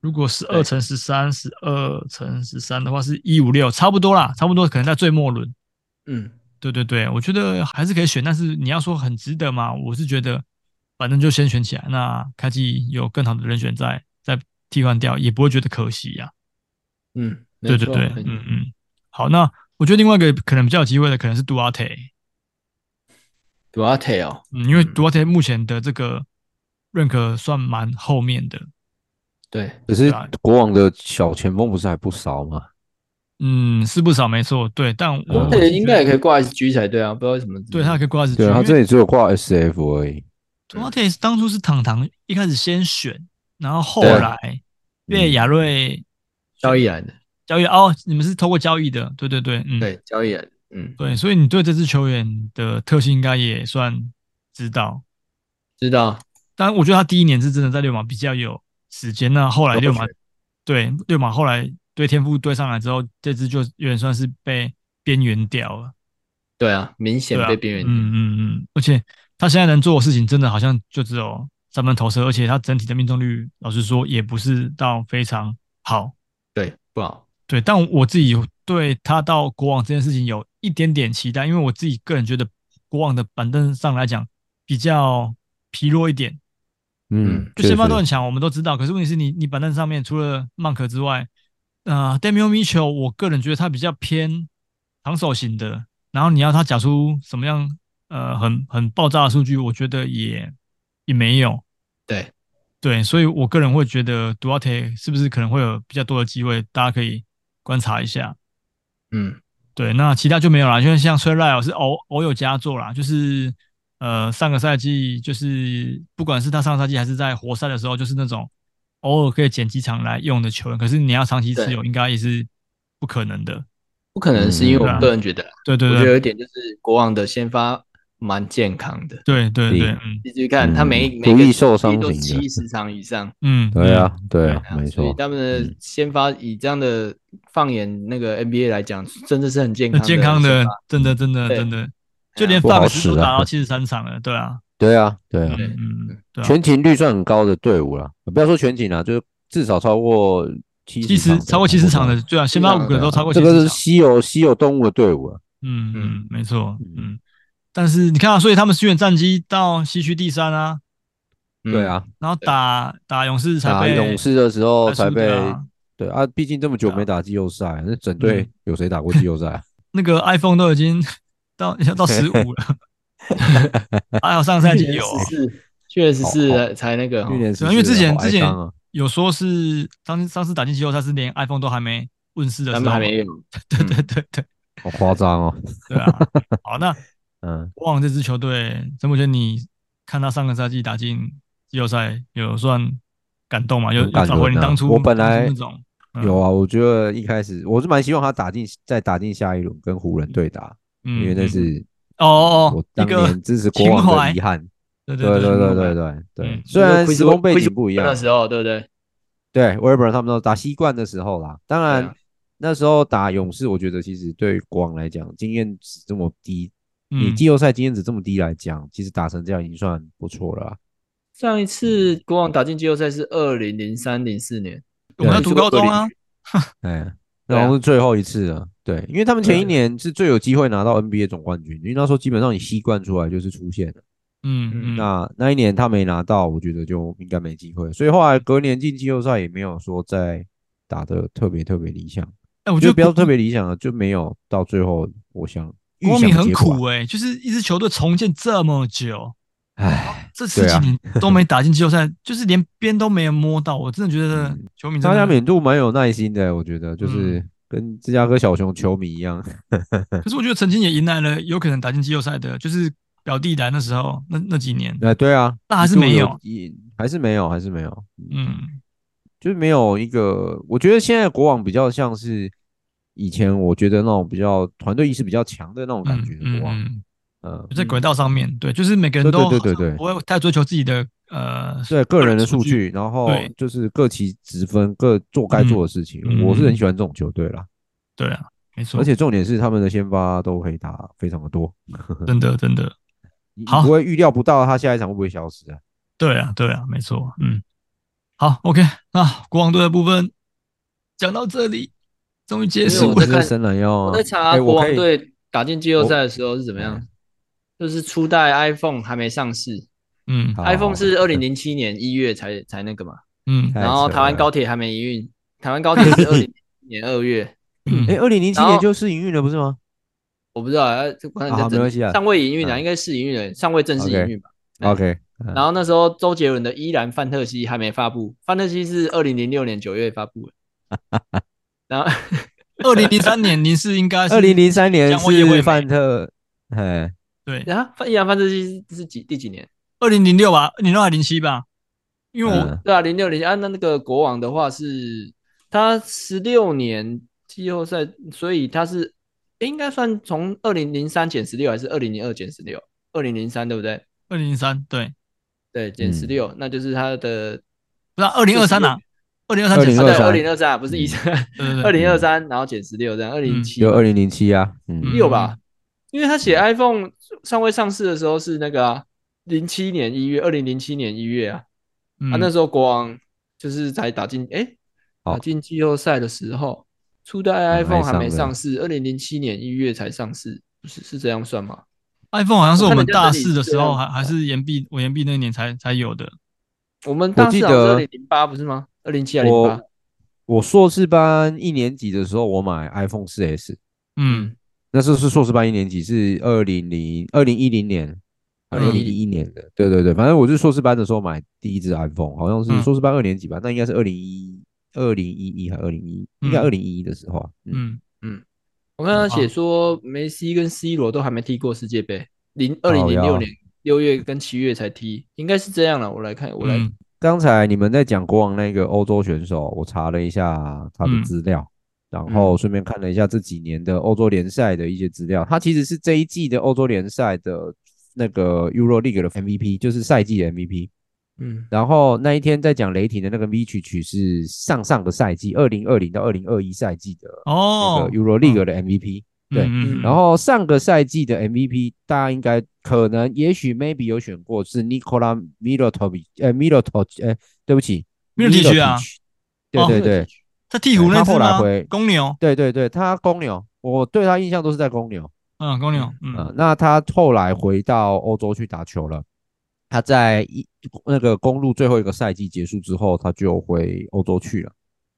Speaker 4: 如果十二
Speaker 3: 对
Speaker 4: 乘十三，十二乘十三的话是一五六，差不多啦，差不多可能在最末轮。
Speaker 3: 嗯，
Speaker 4: 对对对，我觉得还是可以选，但是你要说很值得嘛，我是觉得反正就先选起来，那开季有更好的人选在再替换掉，也不会觉得可惜呀、啊
Speaker 3: 嗯，没
Speaker 4: 对对
Speaker 3: 错
Speaker 4: 对，
Speaker 3: 很
Speaker 4: 嗯嗯，好，那我觉得另外一个可能比较有机会的可能是杜阿特，
Speaker 3: d u a t e 哦，
Speaker 4: 嗯，因为
Speaker 3: 嗯
Speaker 4: 杜阿特目前的这个认可算蛮后面的，
Speaker 3: 对，
Speaker 2: 可是
Speaker 4: 对啊
Speaker 2: 国王的小前锋不是还不少吗？
Speaker 4: 嗯，是不少没错，对，但我
Speaker 2: 嗯
Speaker 4: 我
Speaker 3: 对，
Speaker 4: 是
Speaker 3: 应
Speaker 4: 觉
Speaker 3: 该也
Speaker 4: 得
Speaker 3: 可以挂 SG 才对啊，不知道为什么。
Speaker 4: 对他可以挂二十局，
Speaker 2: 对啊，他
Speaker 4: 因
Speaker 2: 这
Speaker 4: 为
Speaker 2: 里只有挂 SF 而已。
Speaker 4: 杜阿特当初是糖糖一开始先选，然后后
Speaker 2: 对啊
Speaker 4: 来被
Speaker 2: 嗯
Speaker 4: 亚瑞。
Speaker 3: 交易来的，
Speaker 4: 交易哦，你们是透过交易的，对对对，嗯，
Speaker 3: 对，交易来的，嗯，
Speaker 4: 对所以你对这支球员的特性应该也算知道。
Speaker 3: 知道，
Speaker 4: 但我觉得他第一年是真的在六马比较有时间，那后来
Speaker 3: 有
Speaker 4: 六马
Speaker 3: 学
Speaker 4: 对六马后来对天赋对上来之后，这支就有点算是被边缘掉了，
Speaker 3: 对啊，明显
Speaker 4: 对啊，
Speaker 3: 被边缘掉，
Speaker 4: 嗯嗯嗯，而且他现在能做的事情真的好像就只有三分投射，而且他整体的命中率，老实说也不是到非常好。
Speaker 3: 对，不好，
Speaker 4: 对，但我自己对他到国王这件事情有一点点期待，因为我自己个人觉得国王的板凳上来讲比较疲弱一点，
Speaker 2: 嗯，
Speaker 4: 就先发都
Speaker 2: 确
Speaker 4: 很
Speaker 2: 实
Speaker 4: 强，我们都知道。可是问题是你你板凳上面除了曼克之外，呃，Damian Mitchell，我个人觉得他比较偏防守型的，然后你要他讲出什么样呃很很爆炸的数据，我觉得也也没有。
Speaker 3: 对，
Speaker 4: 对，所以我个人会觉得 Duarte 是不是可能会有比较多的机会，大家可以观察一下。
Speaker 3: 嗯，
Speaker 4: 对，那其他就没有啦，因为像崔赖尔是偶偶有佳作啦，就是呃上个赛季就是不管是他上个赛季还是在活塞的时候，就是那种偶尔可以捡几场来用的球员，可是你要长期持有，应该也是不可能的。
Speaker 3: 不可能是因为
Speaker 4: 嗯对啊
Speaker 3: 我个人觉得啊，
Speaker 4: 对对
Speaker 3: 我觉得
Speaker 4: 对
Speaker 3: 有一点就是国王的先发蛮健康的，
Speaker 4: 对对对，嗯
Speaker 3: 你去看他每
Speaker 2: 嗯
Speaker 3: 一每
Speaker 2: 不
Speaker 3: 个
Speaker 2: 易受伤
Speaker 3: 季都
Speaker 2: 型的
Speaker 3: 七十场以上，
Speaker 4: 嗯，
Speaker 2: 对啊，对
Speaker 3: 对
Speaker 2: 啊，没
Speaker 3: 所以
Speaker 2: 错。
Speaker 3: 他们的
Speaker 2: 嗯
Speaker 3: 先发以这样的放眼那个 NBA 来讲，真的是很健
Speaker 4: 嗯，
Speaker 3: 康
Speaker 4: 健康
Speaker 3: 的
Speaker 4: 的
Speaker 3: 先发，
Speaker 4: 真的真的
Speaker 3: 对
Speaker 4: 真的，就
Speaker 3: 啊
Speaker 4: 连
Speaker 2: 不好
Speaker 4: 范斯
Speaker 2: 使
Speaker 4: 都
Speaker 2: 啊
Speaker 4: 打到七十三场了，对啊，
Speaker 2: 对啊，对啊
Speaker 4: 嗯，嗯，对啊，
Speaker 2: 全勤率算很高的队伍啦，不要说全勤啦，啊就是至少超过七
Speaker 4: 七十
Speaker 2: 场
Speaker 4: 超过七十场的，对啊，先发
Speaker 3: 对啊
Speaker 4: 五个都超过
Speaker 2: 这
Speaker 4: 七
Speaker 2: 个
Speaker 4: 十
Speaker 2: 是
Speaker 4: 场。
Speaker 2: 稀有稀有动物的队伍啊。
Speaker 4: 嗯嗯
Speaker 3: 嗯，
Speaker 4: 没错，
Speaker 2: 嗯
Speaker 4: 嗯，但是你看啊，所以他们虽然战绩到西区第三啊，
Speaker 3: 嗯
Speaker 2: 对啊，，
Speaker 4: 然后
Speaker 3: 对
Speaker 4: 打打勇士才
Speaker 2: 打
Speaker 4: 被
Speaker 2: 勇士的时候才
Speaker 4: 输
Speaker 2: 被
Speaker 4: 的啊
Speaker 2: 对啊，毕竟这么久没打季后赛，那整队有谁打过季后赛啊？
Speaker 4: 那个 iPhone 都已经 到要 到十五了，还好上赛季有啊，
Speaker 3: 是，确实
Speaker 2: 好
Speaker 3: 是才那个哦，
Speaker 2: 去年
Speaker 4: 对啊因为之前之前
Speaker 2: 啊，
Speaker 4: 有说是当上次打进季后赛是连 iPhone 都还没问世的
Speaker 3: 他
Speaker 4: 时
Speaker 3: 们
Speaker 4: 候
Speaker 3: 还
Speaker 4: 嘛，
Speaker 3: 没有，
Speaker 4: 对
Speaker 2: 嗯
Speaker 4: 对对对
Speaker 2: 好夸张哦。
Speaker 4: 对啊， 好，那
Speaker 2: 嗯，
Speaker 4: 国王这支球队，陈柏轩，你看他上个赛季打进季后赛，有算感动吗？有
Speaker 2: 很感
Speaker 4: 有找回
Speaker 2: 人
Speaker 4: 你
Speaker 2: 啊
Speaker 4: 当初
Speaker 2: 我本来
Speaker 4: 当初那种嗯
Speaker 2: 有啊，我觉得一开始我是蛮希望他打进再打进下一轮跟湖人对打，
Speaker 4: 嗯，
Speaker 2: 因为那
Speaker 4: 嗯
Speaker 2: 是
Speaker 4: 哦哦，
Speaker 2: 我
Speaker 4: 一
Speaker 2: 当
Speaker 4: 个
Speaker 2: 年支持国
Speaker 4: 情
Speaker 2: 王
Speaker 4: 怀
Speaker 2: 的遗憾。
Speaker 4: 对
Speaker 2: 对
Speaker 4: 对
Speaker 2: 对对
Speaker 4: 对
Speaker 2: 对对对
Speaker 4: 嗯
Speaker 2: 虽然时空背景不一
Speaker 3: 那
Speaker 2: 样，
Speaker 3: 时候对不对？
Speaker 2: 对 Weber 他们都打西冠的时候啦，当然、
Speaker 3: 对啊
Speaker 2: 那时候打勇士，我觉得其实对光来讲经验值这么低，以
Speaker 4: 嗯，
Speaker 2: 季后赛经验值这么低来讲，其实打成这样已经算不错了啊。
Speaker 3: 上一次国王打进季后赛是二零零三零四年，
Speaker 4: 我们在读高中啊，
Speaker 2: 哎，
Speaker 3: 对
Speaker 2: 那
Speaker 3: 啊
Speaker 2: 好像是最后一次了。对，因为他们前一
Speaker 3: 对啊
Speaker 2: 年是最有机会拿到 NBA 总冠军，因为那时候基本上你西冠出来就是出线了。
Speaker 4: 嗯嗯，
Speaker 2: 那那一年他没拿到，我觉得就应该没机会，所以后来隔年进季后赛也没有说再打的特别特别理想。
Speaker 4: 哎，
Speaker 2: 我
Speaker 4: 我觉
Speaker 2: 觉得
Speaker 4: 得
Speaker 2: 不要特别理想了，就没有到最后，我想预
Speaker 4: 国
Speaker 2: 想
Speaker 4: 米
Speaker 2: 的
Speaker 4: 很
Speaker 2: 结果
Speaker 4: 苦哎、就是一支球队重建这么久，哦
Speaker 2: 啊。唉，
Speaker 4: 这十几 年都没打进季后赛，就是连边都没有摸到，我真的觉得
Speaker 2: 嗯
Speaker 4: 球迷真
Speaker 2: 大家
Speaker 4: 的。
Speaker 2: 免度蛮有耐心的，我觉得
Speaker 4: 嗯
Speaker 2: 就是跟芝加哥小熊球迷一样。
Speaker 4: 可是我觉得曾经也迎来了有可能打进季后赛的，就是表弟来那时候那那几年，
Speaker 2: 哎，对啊，
Speaker 4: 但还是
Speaker 2: 一度
Speaker 4: 没
Speaker 2: 有
Speaker 4: 有，
Speaker 2: 一还是没有，还是没有。
Speaker 4: 嗯
Speaker 2: 就是没有一个，我觉得现在的国网比较像是以前我觉得那种比较团队意识比较强的那种感
Speaker 4: 嗯
Speaker 2: 觉的
Speaker 4: 嗯
Speaker 2: 国网，
Speaker 4: 嗯，
Speaker 2: 嗯，
Speaker 4: 在轨道上面对，就是每个人
Speaker 2: 对
Speaker 4: 都
Speaker 2: 对对对
Speaker 4: 好像
Speaker 2: 对
Speaker 4: 不会太追求自己的呃
Speaker 2: 对个人的数
Speaker 4: 数据
Speaker 2: 据，然后
Speaker 4: 对
Speaker 2: 就是各其职分，各做该做的事情。
Speaker 4: 嗯
Speaker 2: 我是很喜欢这种球队啦，
Speaker 4: 对啊，没错，
Speaker 2: 而且重点是他们的先发都可以打非常的多，
Speaker 4: 真的真的
Speaker 2: 你你
Speaker 4: 好
Speaker 2: 不会预料不到他下一场会不会消失啊？
Speaker 4: 对啊对啊，没错，嗯，好，OK，那国王队的部分讲到这里，终于结
Speaker 3: 因为
Speaker 4: 束
Speaker 3: 我
Speaker 4: 了
Speaker 3: 在
Speaker 2: 这。是
Speaker 3: 看
Speaker 2: 伸懒腰啊！
Speaker 3: 我在查
Speaker 2: 哎
Speaker 3: 国
Speaker 2: 我可
Speaker 3: 王
Speaker 2: 以
Speaker 3: 队打进季后赛的时候是怎么
Speaker 2: 我嗯
Speaker 3: 样，就是初代 iPhone 还没上市
Speaker 4: 嗯
Speaker 2: 好
Speaker 3: ，iPhone 是二零零七年一月才才那个嘛，
Speaker 4: 嗯
Speaker 2: 太
Speaker 3: 然后
Speaker 2: 扯
Speaker 3: 台湾
Speaker 2: 了
Speaker 3: 高铁还没营运，台湾高铁 是二零年二月，
Speaker 2: 哎，
Speaker 4: 嗯
Speaker 2: 二零零七
Speaker 3: 然后
Speaker 2: 年就试营运了，不是吗？
Speaker 3: 我不知道，呃这可能
Speaker 2: 好
Speaker 3: 在
Speaker 2: 没
Speaker 3: 正
Speaker 2: 关系啊
Speaker 3: 尚未营运啊，
Speaker 2: 嗯
Speaker 3: 应该是营运了，尚未正式
Speaker 2: OK
Speaker 3: 营运吧。嗯
Speaker 2: OK，嗯
Speaker 3: 然后那时候周杰伦的《依然范特西》还没发布，范特西是二零零六年九月 发布的。然后
Speaker 4: 二零零三年您是应该是
Speaker 2: 二零零三年
Speaker 4: 将会也
Speaker 2: 是
Speaker 4: 会
Speaker 2: 范特，哎，
Speaker 4: 对
Speaker 3: 啊，《依然范特西》是几第几年？
Speaker 4: 二零零六吧，零六还零七吧，因为我、
Speaker 2: 嗯
Speaker 3: 对啊，零六零啊，那那个国王的话是他十六年季后赛，所以他是应该算从二零零三减十六还是二零零二减十六？二零零三对不对？
Speaker 4: 二零零三对，
Speaker 3: 对，减十六，那就是他的
Speaker 4: 不是二零二三啊，二零二三减
Speaker 3: 啊
Speaker 4: 三，
Speaker 3: 对，
Speaker 2: 2023
Speaker 3: 二零二三不是一三，
Speaker 4: 对
Speaker 3: 二
Speaker 4: 对对，
Speaker 3: 零二三然后减十六这样，二零七
Speaker 2: 有二零零七啊，嗯
Speaker 4: 嗯
Speaker 3: 六吧，因为他写 iPhone 尚未上市的时候是那个啊零、七年一月，二零零七年一月啊，
Speaker 4: 嗯
Speaker 3: 啊那时候国王就是才打进哎、
Speaker 2: 好
Speaker 3: 打进季后赛的时候，初代
Speaker 2: 嗯
Speaker 3: iPhone 还
Speaker 2: 还
Speaker 3: 没
Speaker 2: 上
Speaker 3: 上市，二零零七年一月才上市，是是这样算吗？
Speaker 4: iPhone 好像是我们大四的时候，
Speaker 3: 我看
Speaker 4: 还
Speaker 3: 人
Speaker 4: 还是延毕我延毕那一年才才有的。
Speaker 3: 我们当
Speaker 2: 记
Speaker 3: 时好像是二
Speaker 2: 得
Speaker 3: 零零八不是吗？二零七还零八
Speaker 2: 我，我硕士班一年级的时候，我买 iPhone 四 S，
Speaker 4: 嗯，
Speaker 2: 那时候是硕士班一年级，是二零零二零一零年，二零一一年的，对对对，反正我是硕士班的时候买第一只 iPhone，好像
Speaker 4: 嗯
Speaker 2: 是硕士班二年级吧，那应该是二零一二零一一还二零一，应该二零一一的时候啊，嗯，
Speaker 4: 嗯，
Speaker 3: 我看
Speaker 4: 好
Speaker 3: 他写说梅西跟 C 罗都还没踢过世界杯，零二零零六年六月跟七月才踢，应该是这样了。我来看，我来
Speaker 4: 嗯
Speaker 2: 刚才你们在讲国王那个欧洲选手，我查了一下他的资料，然后顺便看了一下这几年的欧洲联赛的一些资料。他其实是这一季的欧洲联赛的那个 Euro League 的 MVP，就是赛季的 MVP。
Speaker 3: 嗯
Speaker 2: 然后那一天在讲雷霆的那个 V 曲曲是上上个赛季，二零二零到二零二一赛季的那
Speaker 4: 哦
Speaker 2: 个，Euro League 的 MVP。对
Speaker 4: 嗯嗯
Speaker 2: 然后上个赛季的 MVP，大家应该可能也许 maybe 有选过是 Nikola Mirotovic，呃 Mirotovic，呃，对不起
Speaker 4: Mirotic 啊哦
Speaker 2: Mirotic 对对对、
Speaker 4: 在鹈鹕那
Speaker 2: 他
Speaker 4: 次
Speaker 2: 后来
Speaker 4: 吗
Speaker 2: 回？
Speaker 4: 公牛，
Speaker 2: 对对对，他公牛，我对他印象都是在公牛
Speaker 4: 嗯，公牛，
Speaker 2: 啊、呃
Speaker 4: 嗯
Speaker 2: 那他后来回到欧洲去打球了，他在一那个公路最后一个赛季结束之后，他就回欧洲去了。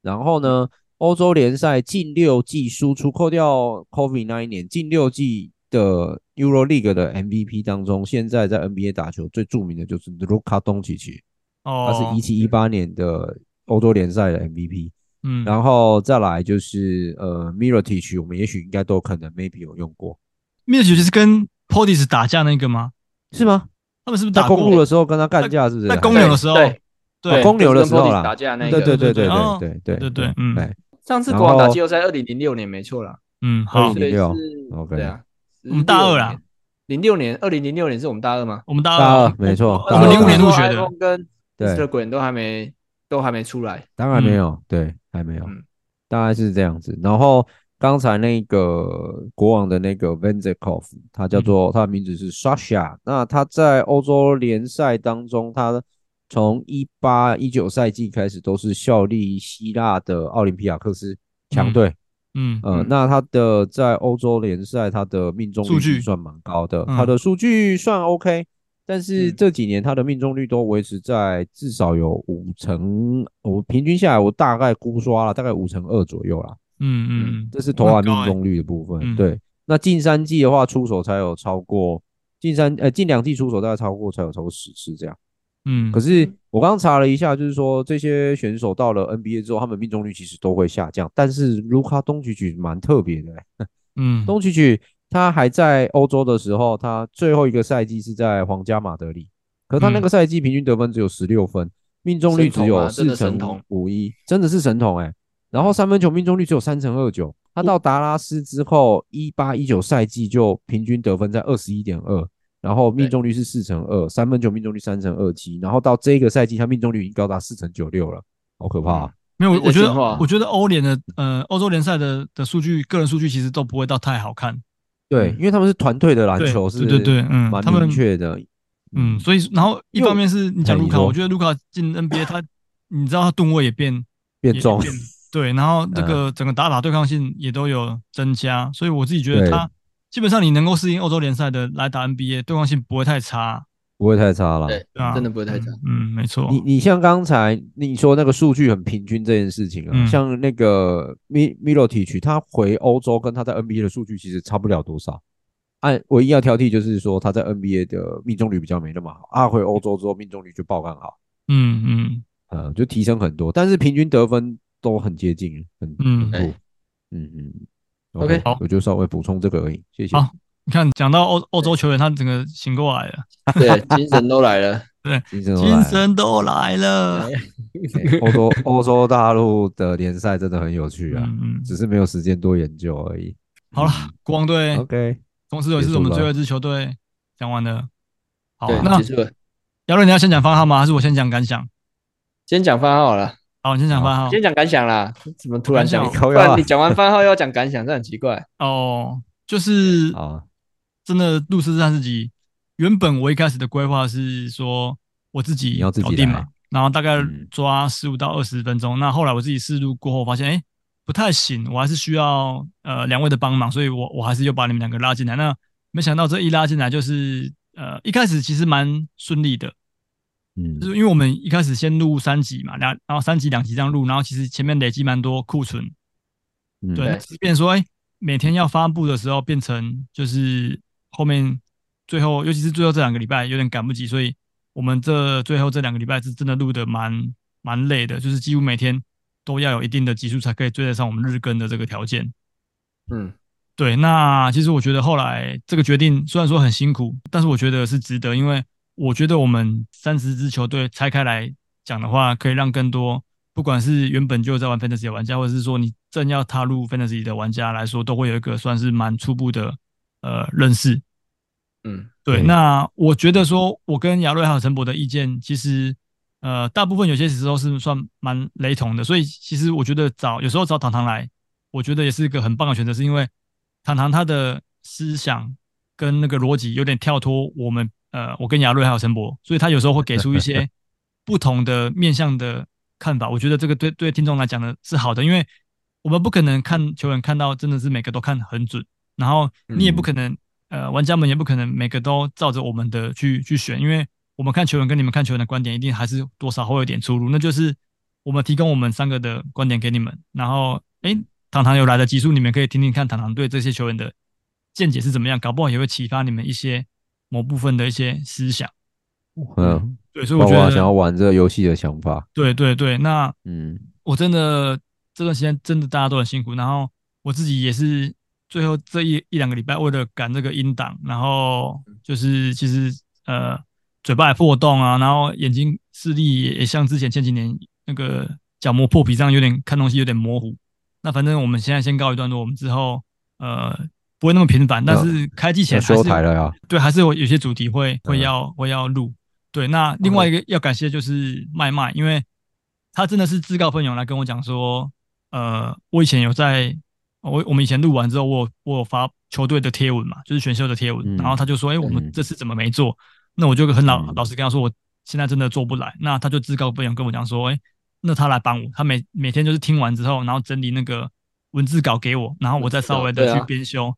Speaker 2: 然后呢，欧洲联赛近六季输出，扣掉 COVID 那一年，近六季的 Euro League 的 MVP 当中，现在在 NBA 打球最著名的就是卢卡东契奇，他是
Speaker 4: 哦
Speaker 2: 一，七一八年的欧洲联赛的 MVP。
Speaker 4: 嗯，
Speaker 2: 然后再来就是呃 Mirotic，我们也许应该都可能 maybe 有用过，
Speaker 4: Mitch 就是跟 Podis 打架那个吗？
Speaker 2: 是吗？
Speaker 4: 他们是不是
Speaker 2: 在
Speaker 4: 打
Speaker 2: 公
Speaker 4: 过
Speaker 2: 路的时候跟他干架是不是？
Speaker 4: 在公牛的时候？
Speaker 3: 对
Speaker 4: 对
Speaker 2: 哦公牛的时候
Speaker 3: 就是跟
Speaker 2: 啦
Speaker 3: Portis 打架那一
Speaker 2: 对
Speaker 3: 个，
Speaker 2: 对
Speaker 4: 对
Speaker 2: 对对
Speaker 4: 哦
Speaker 2: 对对
Speaker 4: 对对嗯
Speaker 2: 哎
Speaker 3: 上次
Speaker 2: 然
Speaker 3: 国王打
Speaker 2: 后
Speaker 3: 季后赛二零零六年没错啦，
Speaker 4: 嗯，好
Speaker 2: 所以，
Speaker 3: 对，
Speaker 2: 2006
Speaker 3: 是
Speaker 2: OK
Speaker 3: 对啊，
Speaker 4: 我们大二啦
Speaker 3: 零六年，二零零六年是我们大二吗？
Speaker 4: 我们大
Speaker 2: 大
Speaker 4: 二
Speaker 2: 二，没错，
Speaker 4: 啊我们
Speaker 2: 大二
Speaker 4: 05年入学的
Speaker 3: ，iPhone 跟
Speaker 2: 对
Speaker 3: Instagram 都还没都还没出来。
Speaker 2: 当然没
Speaker 4: 嗯
Speaker 2: 有，对，啊还没有，
Speaker 3: 嗯
Speaker 2: 大概是这样子。然后刚才那个国王的那个 v e n z e k o v 他
Speaker 4: 嗯
Speaker 2: 叫做、他的名字是 Sasha。那他在欧洲联赛当中，他从一八一九赛季开始都是效力希腊的奥林匹亚克斯强
Speaker 4: 嗯
Speaker 2: 队。
Speaker 4: 嗯
Speaker 2: 呃，
Speaker 3: 嗯
Speaker 2: 那他的在欧洲联赛，他的命中
Speaker 4: 数
Speaker 2: 率
Speaker 4: 据
Speaker 2: 算蛮高的，
Speaker 4: 嗯
Speaker 2: 他的数据算 OK，但是
Speaker 3: 嗯
Speaker 2: 这几年他的命中率都维持在至少有五成，我平均下来我大概估刷了大概五成二左右啦，
Speaker 4: 嗯嗯，
Speaker 2: 这是投篮
Speaker 4: 很高
Speaker 2: 命
Speaker 4: 欸
Speaker 2: 中率的部分。
Speaker 4: 嗯
Speaker 2: 对，那近三季的话，出手才有超过近三呃近两季出手大概超过才有超过十次这样。
Speaker 4: 嗯，
Speaker 2: 可
Speaker 4: 是
Speaker 2: 是我刚刚查了一下，就是说这些选手到了 NBA 之后，他们命中率其实都会下降，但是卢卡东奇奇蛮特别的欸、
Speaker 4: 嗯
Speaker 2: 东契奇他还在欧洲的时候，他最后一个赛季是在皇家马德里，可他那
Speaker 4: 嗯
Speaker 2: 个赛季平均得分只有十六分，命中率只
Speaker 3: 神童
Speaker 2: 有
Speaker 3: 啊真
Speaker 2: 四
Speaker 3: 的神
Speaker 2: 成
Speaker 3: 童
Speaker 2: 五一，真的是神童哎、然后三分球命中率只有三成二九，他到达拉斯之后，一八一九赛季就平均得分在二十一点二，然后命
Speaker 3: 对
Speaker 2: 中率是四成二，三分球命中率三成二七，然后到这个赛季他命中率已经高达四成九六了，好可怕、啊！
Speaker 4: 没有，我我觉
Speaker 3: 这个
Speaker 4: 得
Speaker 3: 情况
Speaker 4: 我觉得欧联的呃欧洲联赛的的数据，个人数据其实都不会到太好看。
Speaker 2: 对
Speaker 4: 嗯，
Speaker 2: 因为他们是团队的篮
Speaker 4: 对
Speaker 2: 球，是
Speaker 4: 对对对嗯
Speaker 2: 蛮
Speaker 4: 他们
Speaker 2: 明确的，
Speaker 4: 嗯，所以然后一
Speaker 2: 因为
Speaker 4: 方面是你
Speaker 2: 哎
Speaker 4: 讲卢
Speaker 2: 你
Speaker 4: 卡，
Speaker 2: 说
Speaker 4: 我觉得卢卡进 NBA 他，你知道他吨位也变
Speaker 2: 变
Speaker 4: 也
Speaker 2: 重。嗯
Speaker 4: 对，然后这个整个打法对抗性也都有增加，所以我自己觉
Speaker 2: 对
Speaker 4: 得他基本上你能够适应欧洲联赛的来打 NBA，对抗性不会太差。
Speaker 2: 不会太差啦。
Speaker 3: 对
Speaker 4: 对啊，
Speaker 3: 真的不会 太差。
Speaker 4: 嗯，嗯没错。
Speaker 2: 你你像刚才你说那个数据很平均这件事情啊，
Speaker 4: 嗯
Speaker 2: 像那个 Mi Milotic，他回欧洲跟他在 NBA 的数据其实差不了多少。按唯一要挑剔就是说他在 NBA 的命中率比较没那么好，啊，回欧洲之后命中率就爆干好，
Speaker 4: 嗯嗯
Speaker 2: 呃，就提升很多，但是平均得分都很接近，很
Speaker 4: 嗯
Speaker 2: 很
Speaker 3: 对
Speaker 2: 不嗯嗯
Speaker 3: OK
Speaker 4: 好
Speaker 2: 我就稍微补充这个而已，谢谢。
Speaker 4: 好你看讲到欧欧洲球员，他整个醒过来了，
Speaker 3: 对，精神都来 了。
Speaker 2: 精神都来
Speaker 4: 精
Speaker 2: 了
Speaker 4: 神都来了。
Speaker 2: 哎欧洲欧洲大陆的联赛真的很有趣啊，
Speaker 4: 嗯嗯，
Speaker 2: 只是没有时间多研究而已。
Speaker 4: 好了，国王队
Speaker 2: OK，
Speaker 4: 同时也
Speaker 2: 结
Speaker 4: 是
Speaker 2: 束
Speaker 4: 我们
Speaker 2: 了
Speaker 4: 最后一支球队，讲完了。好，啊
Speaker 3: 对，
Speaker 4: 那
Speaker 3: 结束了。
Speaker 4: 姚伦你要先讲番号吗？还是我先讲感想？
Speaker 3: 先讲番号好了，
Speaker 4: 好，你先讲番号。
Speaker 3: 先讲感想啦。怎么突然讲？
Speaker 4: 感
Speaker 2: 想
Speaker 3: 不然你讲完番号又要讲感想，这很奇怪。
Speaker 4: 哦，就是
Speaker 2: 好，啊
Speaker 4: 真的录四三十集，原本我一开始的规划是说我自己
Speaker 2: 你要自己
Speaker 4: 搞定
Speaker 2: 来
Speaker 4: 嘛，然后大概
Speaker 2: 嗯
Speaker 4: 抓十五到二十分钟。那后来我自己试录过后，发现哎、诶不太行，我还是需要呃两位的帮忙，所以我我还是又把你们两个拉进来。那没想到这一拉进来就是呃一开始其实蛮顺利的，
Speaker 2: 嗯
Speaker 4: 就是因为我们一开始先录三集嘛，然然后三集两集这样录，然后其实前面累积蛮多库存，
Speaker 2: 嗯
Speaker 4: 对，
Speaker 3: 对
Speaker 4: 即便说哎、每天要发布的时候变成就是后面最后，尤其是最后这两个礼拜有点赶不及，所以我们这最后这两个礼拜是真的录的蛮蛮累的，就是几乎每天都要有一定的集数才可以追得上我们日更的这个条件。
Speaker 3: 嗯，
Speaker 4: 对，那其实我觉得后来这个决定虽然说很辛苦，但是我觉得是值得，因为我觉得我们三十支球队拆开来讲的话，可以让更多不管是原本就在玩 fantasy 的玩家，或者是说你正要踏入 fantasy 的玩家来说，都会有一个算是蛮初步的呃认识。
Speaker 3: 嗯，
Speaker 4: 对，
Speaker 2: 对
Speaker 4: 那我觉得说，我跟亚瑞还有陈博的意见，其实呃，大部分有些时候是算蛮雷同的，所以其实我觉得找有时候找糖糖来，我觉得也是一个很棒的选择，是因为糖糖他的思想跟那个逻辑有点跳脱我们呃，我跟亚瑞还有陈博，所以他有时候会给出一些不同的面向的看法，我觉得这个对对听众来讲呢是好的，因为我们不可能看球员看到真的是每个都看很准，然后你也不
Speaker 2: 嗯
Speaker 4: 可能、呃，玩家们也不可能每个都照着我们的去去选，因为我们看球员跟你们看球员的观点一定还是多少会有点出入，那就是我们提供我们三个的观点给你们，然后诶，糖糖有来的集数，你们可以听听看糖糖对这些球员的见解是怎么样，搞不好也会启发你们一些某部分的一些思想。
Speaker 2: 嗯，
Speaker 4: 对，所以
Speaker 2: 包
Speaker 4: 我觉
Speaker 2: 括
Speaker 4: 得
Speaker 2: 想要玩这个游戏的想法，
Speaker 4: 对对对，那
Speaker 2: 嗯，
Speaker 4: 我真的这段时间真的大家都很辛苦，然后我自己也是最后这一一两个礼拜为了赶这个音档，然后
Speaker 2: 嗯
Speaker 4: 就是其实呃嘴巴也破洞啊，然后眼睛视力也也像之前前几年那个角膜破皮这样有点看东西有点模糊。那反正我们现在先告一段落，我们之后呃不会那么频繁，但
Speaker 2: 要
Speaker 4: 是开季前
Speaker 2: 要
Speaker 4: 还
Speaker 2: 收
Speaker 4: 是有
Speaker 2: 啊台了呀，
Speaker 4: 对，还是有有些主题会会
Speaker 2: 嗯
Speaker 4: 要会要录。对，那另外一个要感谢就是麦麦，因为他真的是自告奋勇来跟我讲说，呃，我以前有在我我们以前录完之后，我有我有发球队的贴文嘛，就是选秀的贴文，
Speaker 2: 嗯
Speaker 4: 然后他就说，哎、我们
Speaker 2: 嗯
Speaker 4: 这次怎么没做？那我就很老、
Speaker 2: 嗯
Speaker 4: 老实跟他说，我现在真的做不来。那他就自告奋勇跟我讲说，哎、那他来帮我，他每每天就是听完之后，然后整理那个文字稿给我，然后我再稍微
Speaker 3: 文字
Speaker 4: 的
Speaker 3: 稿对啊
Speaker 4: 去编修。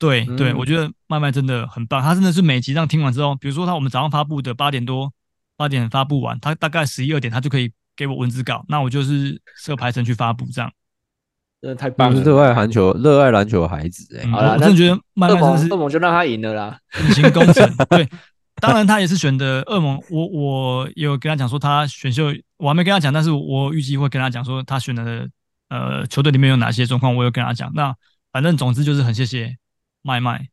Speaker 4: 对对，
Speaker 3: 嗯
Speaker 4: 我觉得麦麦真的很棒，他真的是每集这样听完之后，比如说他我们早上发布的八点多，八点发布完，他大概十一二点他就可以给我文字稿，那我就是设排程去发布这样。
Speaker 3: 真的太棒
Speaker 2: 我是
Speaker 3: 了。
Speaker 2: 热爱篮球、热爱篮球的孩子哎、
Speaker 4: 嗯
Speaker 3: 好啦
Speaker 4: 我
Speaker 3: 那
Speaker 4: 真的觉得麦麦
Speaker 3: 恶
Speaker 4: 真的是
Speaker 3: 魔，恶魔就让他赢了啦。
Speaker 4: 隐形工程。 对，当然他也是选的恶魔。我我有跟他讲说他选秀，我还没跟他讲，但是我预计会跟他讲说他选的呃球队里面有哪些状况，我有跟他讲。那反正总之就是很谢谢麦麦。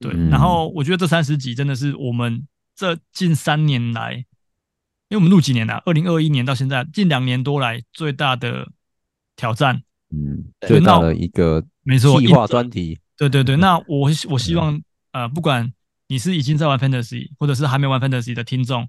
Speaker 4: 对，
Speaker 2: 嗯
Speaker 4: 然后我觉得这三十集真的是我们这近三年来，因为我们录几年了、啊二零二一年到现在近两年多来最大的挑战。
Speaker 2: 嗯，
Speaker 3: 对
Speaker 2: 最大
Speaker 4: 那
Speaker 2: 的一个
Speaker 4: 没错
Speaker 2: 计
Speaker 4: 一
Speaker 2: 划 专题，
Speaker 4: 对对对，那我希我希望呃，不管你是已经在玩 Fantasy，或者是还没玩 Fantasy 的听众，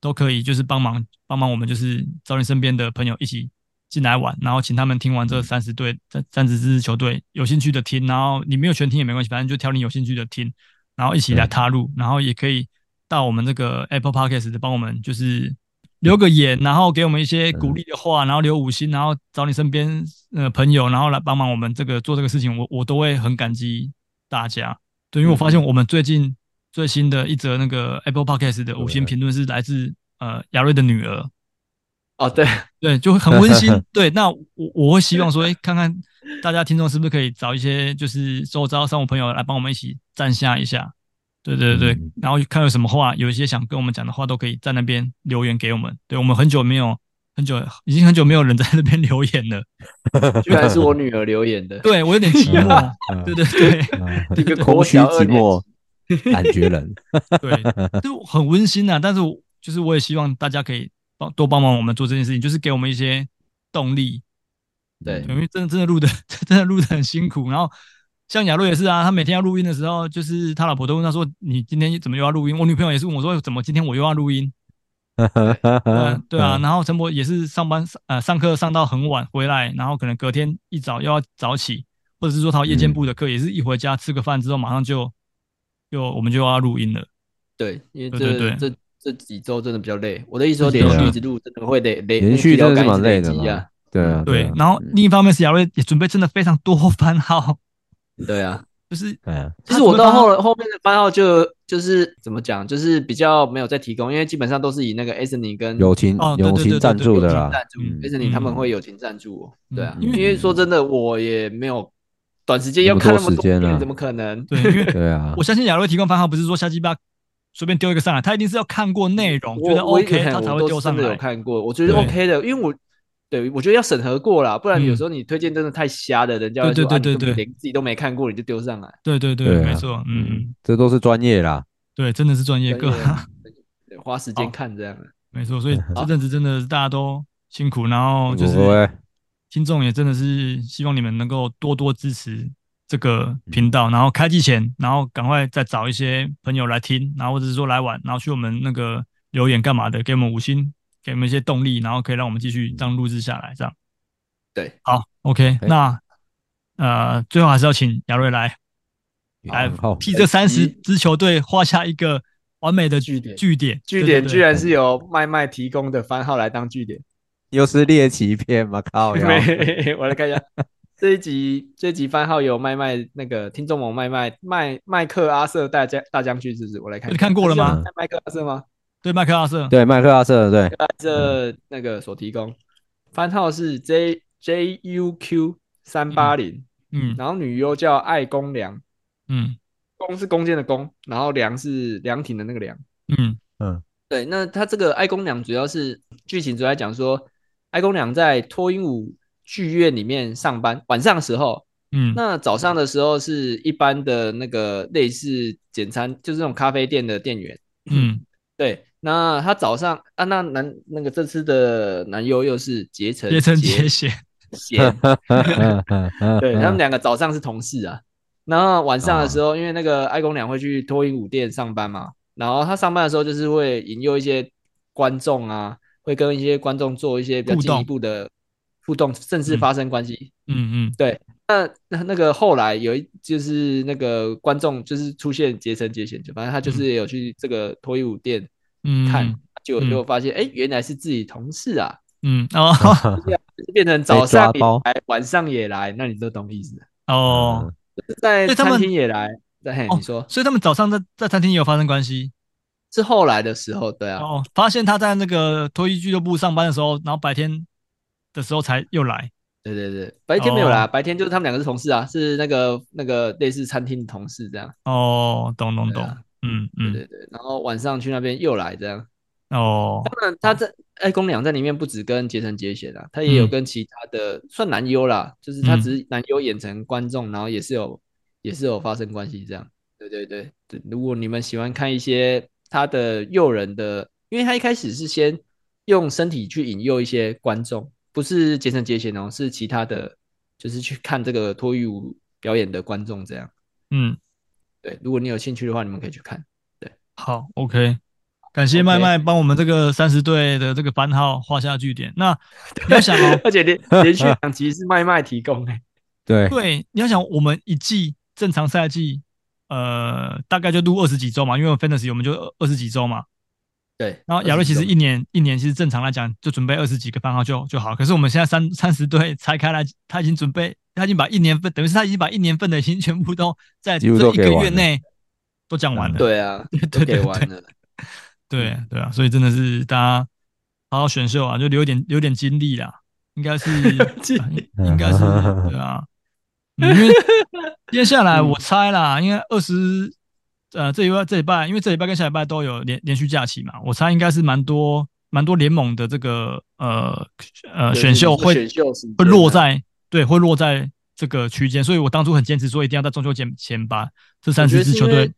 Speaker 4: 都可以就是帮忙帮忙我们，就是找你身边的朋友一起进来玩，然后请他们听完这三十队三三十支球队有兴趣的听，然后你没有全听也没关系，反正就挑你有兴趣的听，然后一起来踏入，然后也可以到我们这个 Apple Podcast 帮我们就是留个言，然后给我们一些鼓励的话，然后留五星，然后找你身边呃朋友，然后来帮忙我们这个做这个事情，我我都会很感激大家。对，因为我发现我们最近最新的一则那个 Apple Podcast 的五星评论是来自呃亚瑞的女儿，
Speaker 3: 哦，对，
Speaker 4: 对，就会很温馨。对，那我我会希望说，哎、看看大家听众是不是可以找一些就是周遭商务朋友来帮我们一起站下一下。对对对，
Speaker 2: 嗯
Speaker 4: 然后看有什么话，有一些想跟我们讲的话，都可以在那边留言给我们。对我们很久没有，很久已经很久没有人在那边留言了。
Speaker 3: 居然是我女儿留言的，
Speaker 4: 对我有点寂寞。
Speaker 2: 嗯
Speaker 4: 对对对
Speaker 2: 嗯
Speaker 3: 一个
Speaker 2: 空
Speaker 3: 国
Speaker 2: 虚
Speaker 3: 小
Speaker 2: 寂
Speaker 3: 二年
Speaker 2: 寞
Speaker 3: 级，
Speaker 2: 感觉人，
Speaker 4: 对，就很温馨呐、但是我就是我也希望大家可以帮多帮忙我们做这件事情，就是给我们一些动力。
Speaker 3: 对
Speaker 4: 对因为真的真的录的真的录的很辛苦。然后像雅瑞也是啊，他每天要录音的时候，就是他老婆都问他说：“你今天怎么又要录音？”我女朋友也是问我说：“怎么今天我又要录音？”对啊对
Speaker 2: 嗯
Speaker 4: 啊。然后陈博也是上班呃上课上到很晚回来，然后可能隔天一早又要早起，或者是说他有夜间部的课、也是一回家吃个饭之后马上就就我们就要录音了。
Speaker 3: 对，因为
Speaker 4: 对
Speaker 3: 这
Speaker 4: 对
Speaker 3: 这这几周真的比较累。我的意思说，连
Speaker 2: 对啊
Speaker 3: 续一直录真的会累累，
Speaker 2: 连续
Speaker 3: 疲劳
Speaker 2: 真的是
Speaker 3: 感一直
Speaker 2: 蛮累的
Speaker 3: 积
Speaker 2: 嘛
Speaker 3: 啊。
Speaker 2: 对啊，
Speaker 4: 嗯对，
Speaker 2: 啊
Speaker 4: 然后另一方面是雅瑞也准备真的非常多 番号，
Speaker 3: 对啊，
Speaker 4: 就是
Speaker 2: 嗯，
Speaker 3: 其实我到后
Speaker 4: 啊
Speaker 3: 后面的番号就就是怎么讲，就是比较没有再提供，因为基本上都是以那个 S 你跟
Speaker 2: 友情
Speaker 4: 哦对
Speaker 2: 友
Speaker 4: 对
Speaker 2: 情
Speaker 4: 对
Speaker 2: 赞
Speaker 4: 对
Speaker 2: 助
Speaker 3: 友
Speaker 2: 的
Speaker 3: 情
Speaker 2: 啦，
Speaker 3: 赞助
Speaker 2: 嗯
Speaker 3: S 你他们会友情赞助我，对啊，
Speaker 4: 嗯
Speaker 3: 因
Speaker 4: 因
Speaker 2: 为
Speaker 3: 为说真的，我也没有短时间要看那么
Speaker 2: 那么多
Speaker 3: 多
Speaker 2: 时间啊
Speaker 3: 片，怎么可能？
Speaker 4: 对，因为
Speaker 2: 对啊
Speaker 4: 我，相信亚瑞提供番号不是说瞎鸡巴随便丢一个上来，他一定是要看过内容，觉得
Speaker 3: 嗯我我以
Speaker 4: OK
Speaker 3: 前
Speaker 4: 他
Speaker 3: 我
Speaker 4: 才会
Speaker 3: 都
Speaker 4: 丢上
Speaker 3: 真的
Speaker 4: 来
Speaker 3: 有。看过，我觉得
Speaker 2: 对
Speaker 3: OK 的，因为我对我觉得要审核过啦，不然
Speaker 4: 嗯
Speaker 3: 有时候你推荐真的太瞎了，人家会
Speaker 4: 对
Speaker 3: 说
Speaker 4: 对
Speaker 3: 啊你
Speaker 4: 对
Speaker 3: 根本
Speaker 4: 对
Speaker 3: 连自己都没看过你就丢上来，
Speaker 4: 对对对，
Speaker 2: 对啊
Speaker 4: 没错，嗯，，
Speaker 2: 这都是专业啦，
Speaker 4: 对，真的是专业
Speaker 3: 专
Speaker 4: 课，
Speaker 3: 业啊对花时
Speaker 4: 好
Speaker 3: 间看这样。
Speaker 4: 没错。 所以这阵子真的是大家都辛苦，然后哦就
Speaker 2: 辛苦各位
Speaker 4: 是听众也真的是希望你们能够多多支持这个
Speaker 2: 嗯
Speaker 4: 频道，然后开季前，然后赶快再找一些朋友来听，然后或者是说来玩，然后去我们那个留言干嘛的，给我们五星，给我们一些动力，然后可以让我们继续这样录制下来，这样。
Speaker 3: 对，
Speaker 4: 好，OK，
Speaker 2: 哎
Speaker 4: 那呃，最后还是要请亚瑞来来
Speaker 2: 好，
Speaker 4: 替这三十支球队画下一个完美的
Speaker 3: 哎据点
Speaker 4: 据点。
Speaker 3: 据
Speaker 4: 对
Speaker 3: 点
Speaker 4: 对
Speaker 3: 居然是由麦麦提供的番号来当据点。
Speaker 2: 又是猎奇片嘛，靠呀，
Speaker 4: 啊
Speaker 3: 没， 我来看一下这一集，这一集番号有麦麦那个听众盟麦麦麦麦克阿瑟大将大将军是不是？我来看一下，
Speaker 4: 你看过了吗
Speaker 3: 是叫麦克阿瑟吗？
Speaker 4: 对麦克阿瑟，
Speaker 2: 对，麦克阿瑟，对，
Speaker 3: 这那个所提供番号是 J J U Q 三八零，
Speaker 4: 嗯
Speaker 3: 然后女优叫爱公良，
Speaker 4: 嗯
Speaker 3: 公是弓箭的弓，然后良是凉亭的那个凉。
Speaker 4: 嗯
Speaker 3: 对，那他这个爱公娘主要是剧情主要讲说，爱公娘在脱音舞剧院里面上班，晚上的时候，
Speaker 4: 嗯，
Speaker 3: 那早上的时候是一般的那个类似简餐，就是那种咖啡店的店员。
Speaker 4: 嗯
Speaker 3: 对，那他早上啊，那男那个这次的男优又是结成
Speaker 4: 叶琛
Speaker 3: 结
Speaker 4: 杰贤，
Speaker 3: 弦，
Speaker 2: 嗯
Speaker 3: 对
Speaker 2: 对
Speaker 3: 他们两个早上是同事啊。然后晚上的时候，因为那个爱公娘会去脱衣舞店上班嘛，然后他上班的时候就是会引诱一些观众啊，会跟一些观众做一些比较
Speaker 4: 互
Speaker 3: 进一
Speaker 4: 动
Speaker 3: 步的互动，甚至
Speaker 4: 嗯
Speaker 3: 发生关系。
Speaker 4: 嗯 嗯，
Speaker 3: 那那那个后来有一就是那个观众就是出现结成结弦，就反正他就是也有去这个脱衣舞店
Speaker 4: 嗯
Speaker 3: 看，
Speaker 4: 嗯
Speaker 3: 就
Speaker 4: 嗯
Speaker 3: 就发现哎、诶原来是自己同事啊，
Speaker 4: 嗯哦
Speaker 3: 就是变成早上
Speaker 2: 被
Speaker 3: 也
Speaker 2: 抓包
Speaker 3: 来，晚上也来，那你都懂意思，
Speaker 4: 哦，
Speaker 3: 就是在
Speaker 4: 所以他
Speaker 3: 餐
Speaker 4: 们
Speaker 3: 厅也来，对，嘿
Speaker 4: 哦
Speaker 3: 你说
Speaker 4: 所以他们早上在在餐厅也有发生关系
Speaker 3: 是后来的时候，对啊，
Speaker 4: 哦，发现他在那个脱衣俱乐部上班的时候，然后白天的时候才又来
Speaker 3: 对对对，白天没有啦，
Speaker 4: 哦
Speaker 3: 白天就是他们两个是同事啊，是那个那个类似餐厅的同事这样，
Speaker 4: 哦，懂懂
Speaker 3: 对
Speaker 4: 懂
Speaker 3: 啊，
Speaker 4: 嗯
Speaker 3: 对
Speaker 4: 嗯
Speaker 3: 对对，然后晚上去那边又来这样，
Speaker 4: 哦，
Speaker 3: 那他在爱公良在里面不止跟结成结弦啊，他也有
Speaker 4: 嗯
Speaker 3: 跟其他的、算男优啦，就是他
Speaker 4: 嗯
Speaker 3: 只是男优演成观众，然后也是有也是有发生关系这样。对对对对，如果你们喜欢看一些他的诱人的，因为他一开始是先用身体去引诱一些观众，不是结成结弦哦，是其他的，就是去看这个脱衣舞表演的观众这样。
Speaker 4: 嗯
Speaker 3: 对，如果你有兴趣的话，你们可以去看。，
Speaker 4: 好，OK，感谢麦麦帮我们这个三十队的这个番号画下句点。 那你要想哦
Speaker 3: 而且连连 续两集是麦麦提供哎、
Speaker 2: 对，
Speaker 4: 对，你要想我们一季正常赛季，呃，大概就录二十几周嘛，因为 fantasy 我们就二二十几周嘛。
Speaker 3: 对，
Speaker 4: 然后亚瑞其
Speaker 3: 20
Speaker 4: 实
Speaker 3: 集
Speaker 4: 一年一年其实正常来讲就准备二十几个番号就就好，可是我们现在三三十队拆开来，他已经准备，他已经把一年份，等于是他已经把一年份的已经全部都在这
Speaker 2: 几乎
Speaker 4: 一
Speaker 2: 都给
Speaker 4: 个
Speaker 2: 完
Speaker 4: 月
Speaker 2: 了
Speaker 4: 内都讲完了。
Speaker 3: 对啊，都
Speaker 4: 嗯 对
Speaker 3: 给
Speaker 4: 对
Speaker 3: 完
Speaker 4: 对
Speaker 3: 了。
Speaker 4: 对
Speaker 3: 嗯
Speaker 4: 对啊，所以真的是大家好好选秀啊，就留一点留点精力啦，应该是
Speaker 3: 精
Speaker 4: 啊
Speaker 3: 力
Speaker 4: 应应 该是对啊，嗯因为接下
Speaker 3: 嗯
Speaker 4: 来我猜啦，应该二十呃这礼拜这礼拜，因为这礼拜跟下礼拜都有连连续假期嘛，我猜应该是蛮多蛮多联盟的这个呃呃
Speaker 3: 对
Speaker 4: 选秀
Speaker 3: 就是
Speaker 4: 会
Speaker 3: 选秀时间啊
Speaker 4: 会落在对会落在这个区间，所以我当初很坚持说一定要在中秋前前把这
Speaker 3: 我
Speaker 4: 三十
Speaker 3: 觉得
Speaker 4: 支
Speaker 3: 是
Speaker 4: 球
Speaker 3: 因为
Speaker 4: 队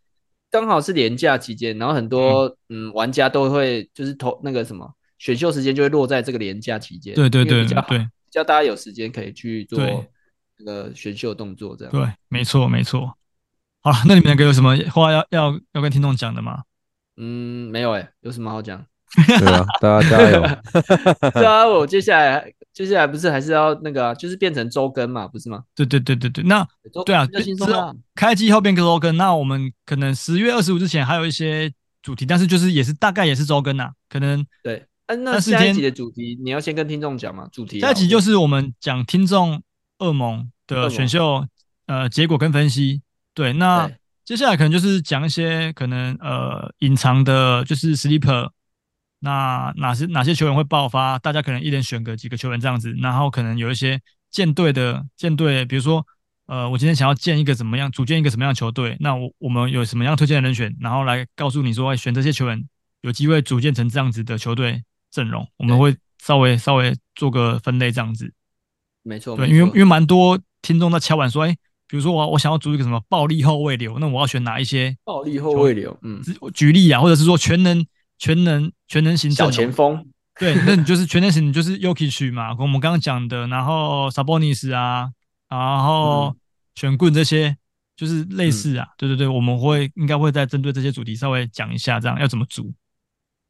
Speaker 3: 刚好是廉假期间，然后很多嗯玩家都会就是投那个什么选秀时间就会落在这个廉假期间，
Speaker 4: 对对
Speaker 3: 因为
Speaker 4: 对
Speaker 3: 比较好
Speaker 4: 对
Speaker 3: 比较大家有时间可以去做
Speaker 4: 对
Speaker 3: 那个选秀动作这样。
Speaker 4: 对，没错，没错。好了，那你们两个有什么话要要要跟听众讲的吗？
Speaker 3: 嗯，没有哎、有什么 好讲？
Speaker 2: 对啊，大家加油！
Speaker 3: 对啊，我接下来接下来不是还是要那个、啊，就是变成周更嘛，不是吗？
Speaker 4: 对对对对对，那
Speaker 3: 周
Speaker 4: 对啊，
Speaker 3: 比较轻
Speaker 4: 之
Speaker 3: 松啊
Speaker 4: 后。开机后变周更，那我们可能十月二十五之前还有一些主题，但是就是也是大概也是周更啊，可能
Speaker 3: 对，啊、那
Speaker 4: 但是
Speaker 3: 下一
Speaker 4: 今
Speaker 3: 集
Speaker 4: 天
Speaker 3: 的主题你要先跟听众讲嘛，主题啊
Speaker 4: 下一集就是我们讲听众噩梦
Speaker 3: 恶
Speaker 4: 的
Speaker 3: 魔
Speaker 4: 选秀呃结果跟分析。对，那
Speaker 3: 对
Speaker 4: 接下来可能就是讲一些可能呃隐藏的，就是 sleeper，那哪些哪些球员会爆发？大家可能一连选个几个球员这样子，然后可能有一些舰队的舰队，比如说呃，我今天想要建一个怎么样，组建一个什么样的球队，那我我们有什么样推荐的人选，然后来告诉你说，哎，选这些球员有机会组建成这样子的球队阵容，我们
Speaker 3: 对
Speaker 4: 会稍微稍微做个分类这样子。
Speaker 3: 没错，
Speaker 4: 对，
Speaker 3: 没
Speaker 4: 因为
Speaker 3: 错
Speaker 4: 因为蛮多听众在敲碗说，哎、比如说我我想要组一个什么暴力后卫流，那我要选哪一些？
Speaker 3: 暴力后卫流，嗯，
Speaker 4: 只举例啊，或者是说全能全能全能型阵
Speaker 3: 小
Speaker 4: 容
Speaker 3: 前锋，
Speaker 4: 对，那你就是全能型，你就是 Yuki 区嘛，跟我们刚刚讲的，然后 Sabonis 啊，然后
Speaker 3: 嗯
Speaker 4: 选棍这些，就是类似啊，对对对，我们会应该会再针对这些主题稍微讲一下，这样要怎么组，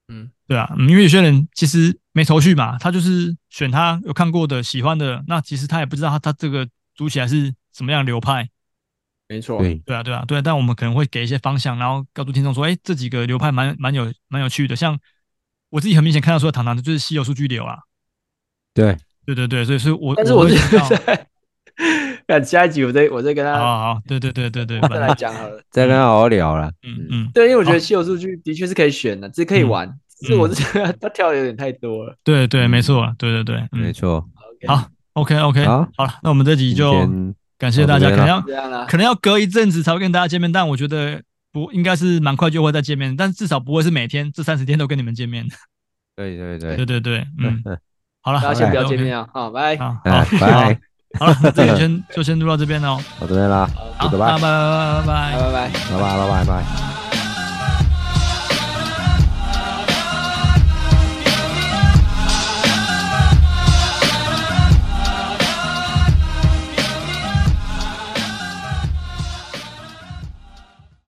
Speaker 3: 嗯，
Speaker 4: 对啊，嗯因为有些人其实没头绪嘛，他就是选他有看过的、喜欢的，那其实他也不知道他他这个组起来是什么样的流派，
Speaker 3: 没错，
Speaker 2: 对，
Speaker 4: 对啊，对啊，对啊，但我们可能会给一些方向，然后告诉听众说，哎，这几个流派蛮蛮有蛮有趣的，像我自己很明显看到说，糖糖就是稀有数据流啊。
Speaker 2: 对，
Speaker 4: 对对对，所以所以我
Speaker 3: 但是我
Speaker 4: 会
Speaker 3: 觉
Speaker 4: 想到
Speaker 3: 得在， 看下一集我再我再跟
Speaker 4: 好
Speaker 3: 他
Speaker 4: 好好，对对对对对，
Speaker 3: 再
Speaker 4: 反
Speaker 3: 来
Speaker 4: 正
Speaker 3: 哦讲好了。
Speaker 2: 再跟他好好聊了。
Speaker 4: 嗯嗯，
Speaker 3: 对，因为我觉得稀有数据的确是可以选的，只是可以玩，只是我是觉得他跳的有点太多了。
Speaker 4: 对对，没错，对对对，
Speaker 2: 没
Speaker 4: 嗯
Speaker 2: 错，
Speaker 3: OK，
Speaker 4: 好，OK OK，
Speaker 2: 好
Speaker 4: 好了，那我们这集
Speaker 2: 今
Speaker 4: 就
Speaker 2: 天
Speaker 4: 感谢大家，
Speaker 2: 到
Speaker 4: 可能
Speaker 2: 这边
Speaker 4: 要
Speaker 2: 啦
Speaker 3: 这样啦
Speaker 4: 可，能要隔一阵子才会跟大家见面，但我觉得不应该是蛮快就会再见面，但至少不会是每天这三十天都跟你们见面。
Speaker 2: 对对对
Speaker 4: 对，对对， 嗯，好了，
Speaker 3: 大家先不要见
Speaker 4: OK，
Speaker 3: 面啊，好，拜。
Speaker 4: 好，
Speaker 2: 哎，
Speaker 4: 好，
Speaker 2: 拜，
Speaker 4: 好了，这集先就先录到这边喽，哦
Speaker 2: 到这边啦，
Speaker 4: 好，
Speaker 2: 拜
Speaker 4: 那拜
Speaker 2: 拜，
Speaker 4: 拜拜拜拜
Speaker 3: 拜。拜拜。
Speaker 2: 拜拜，拜拜。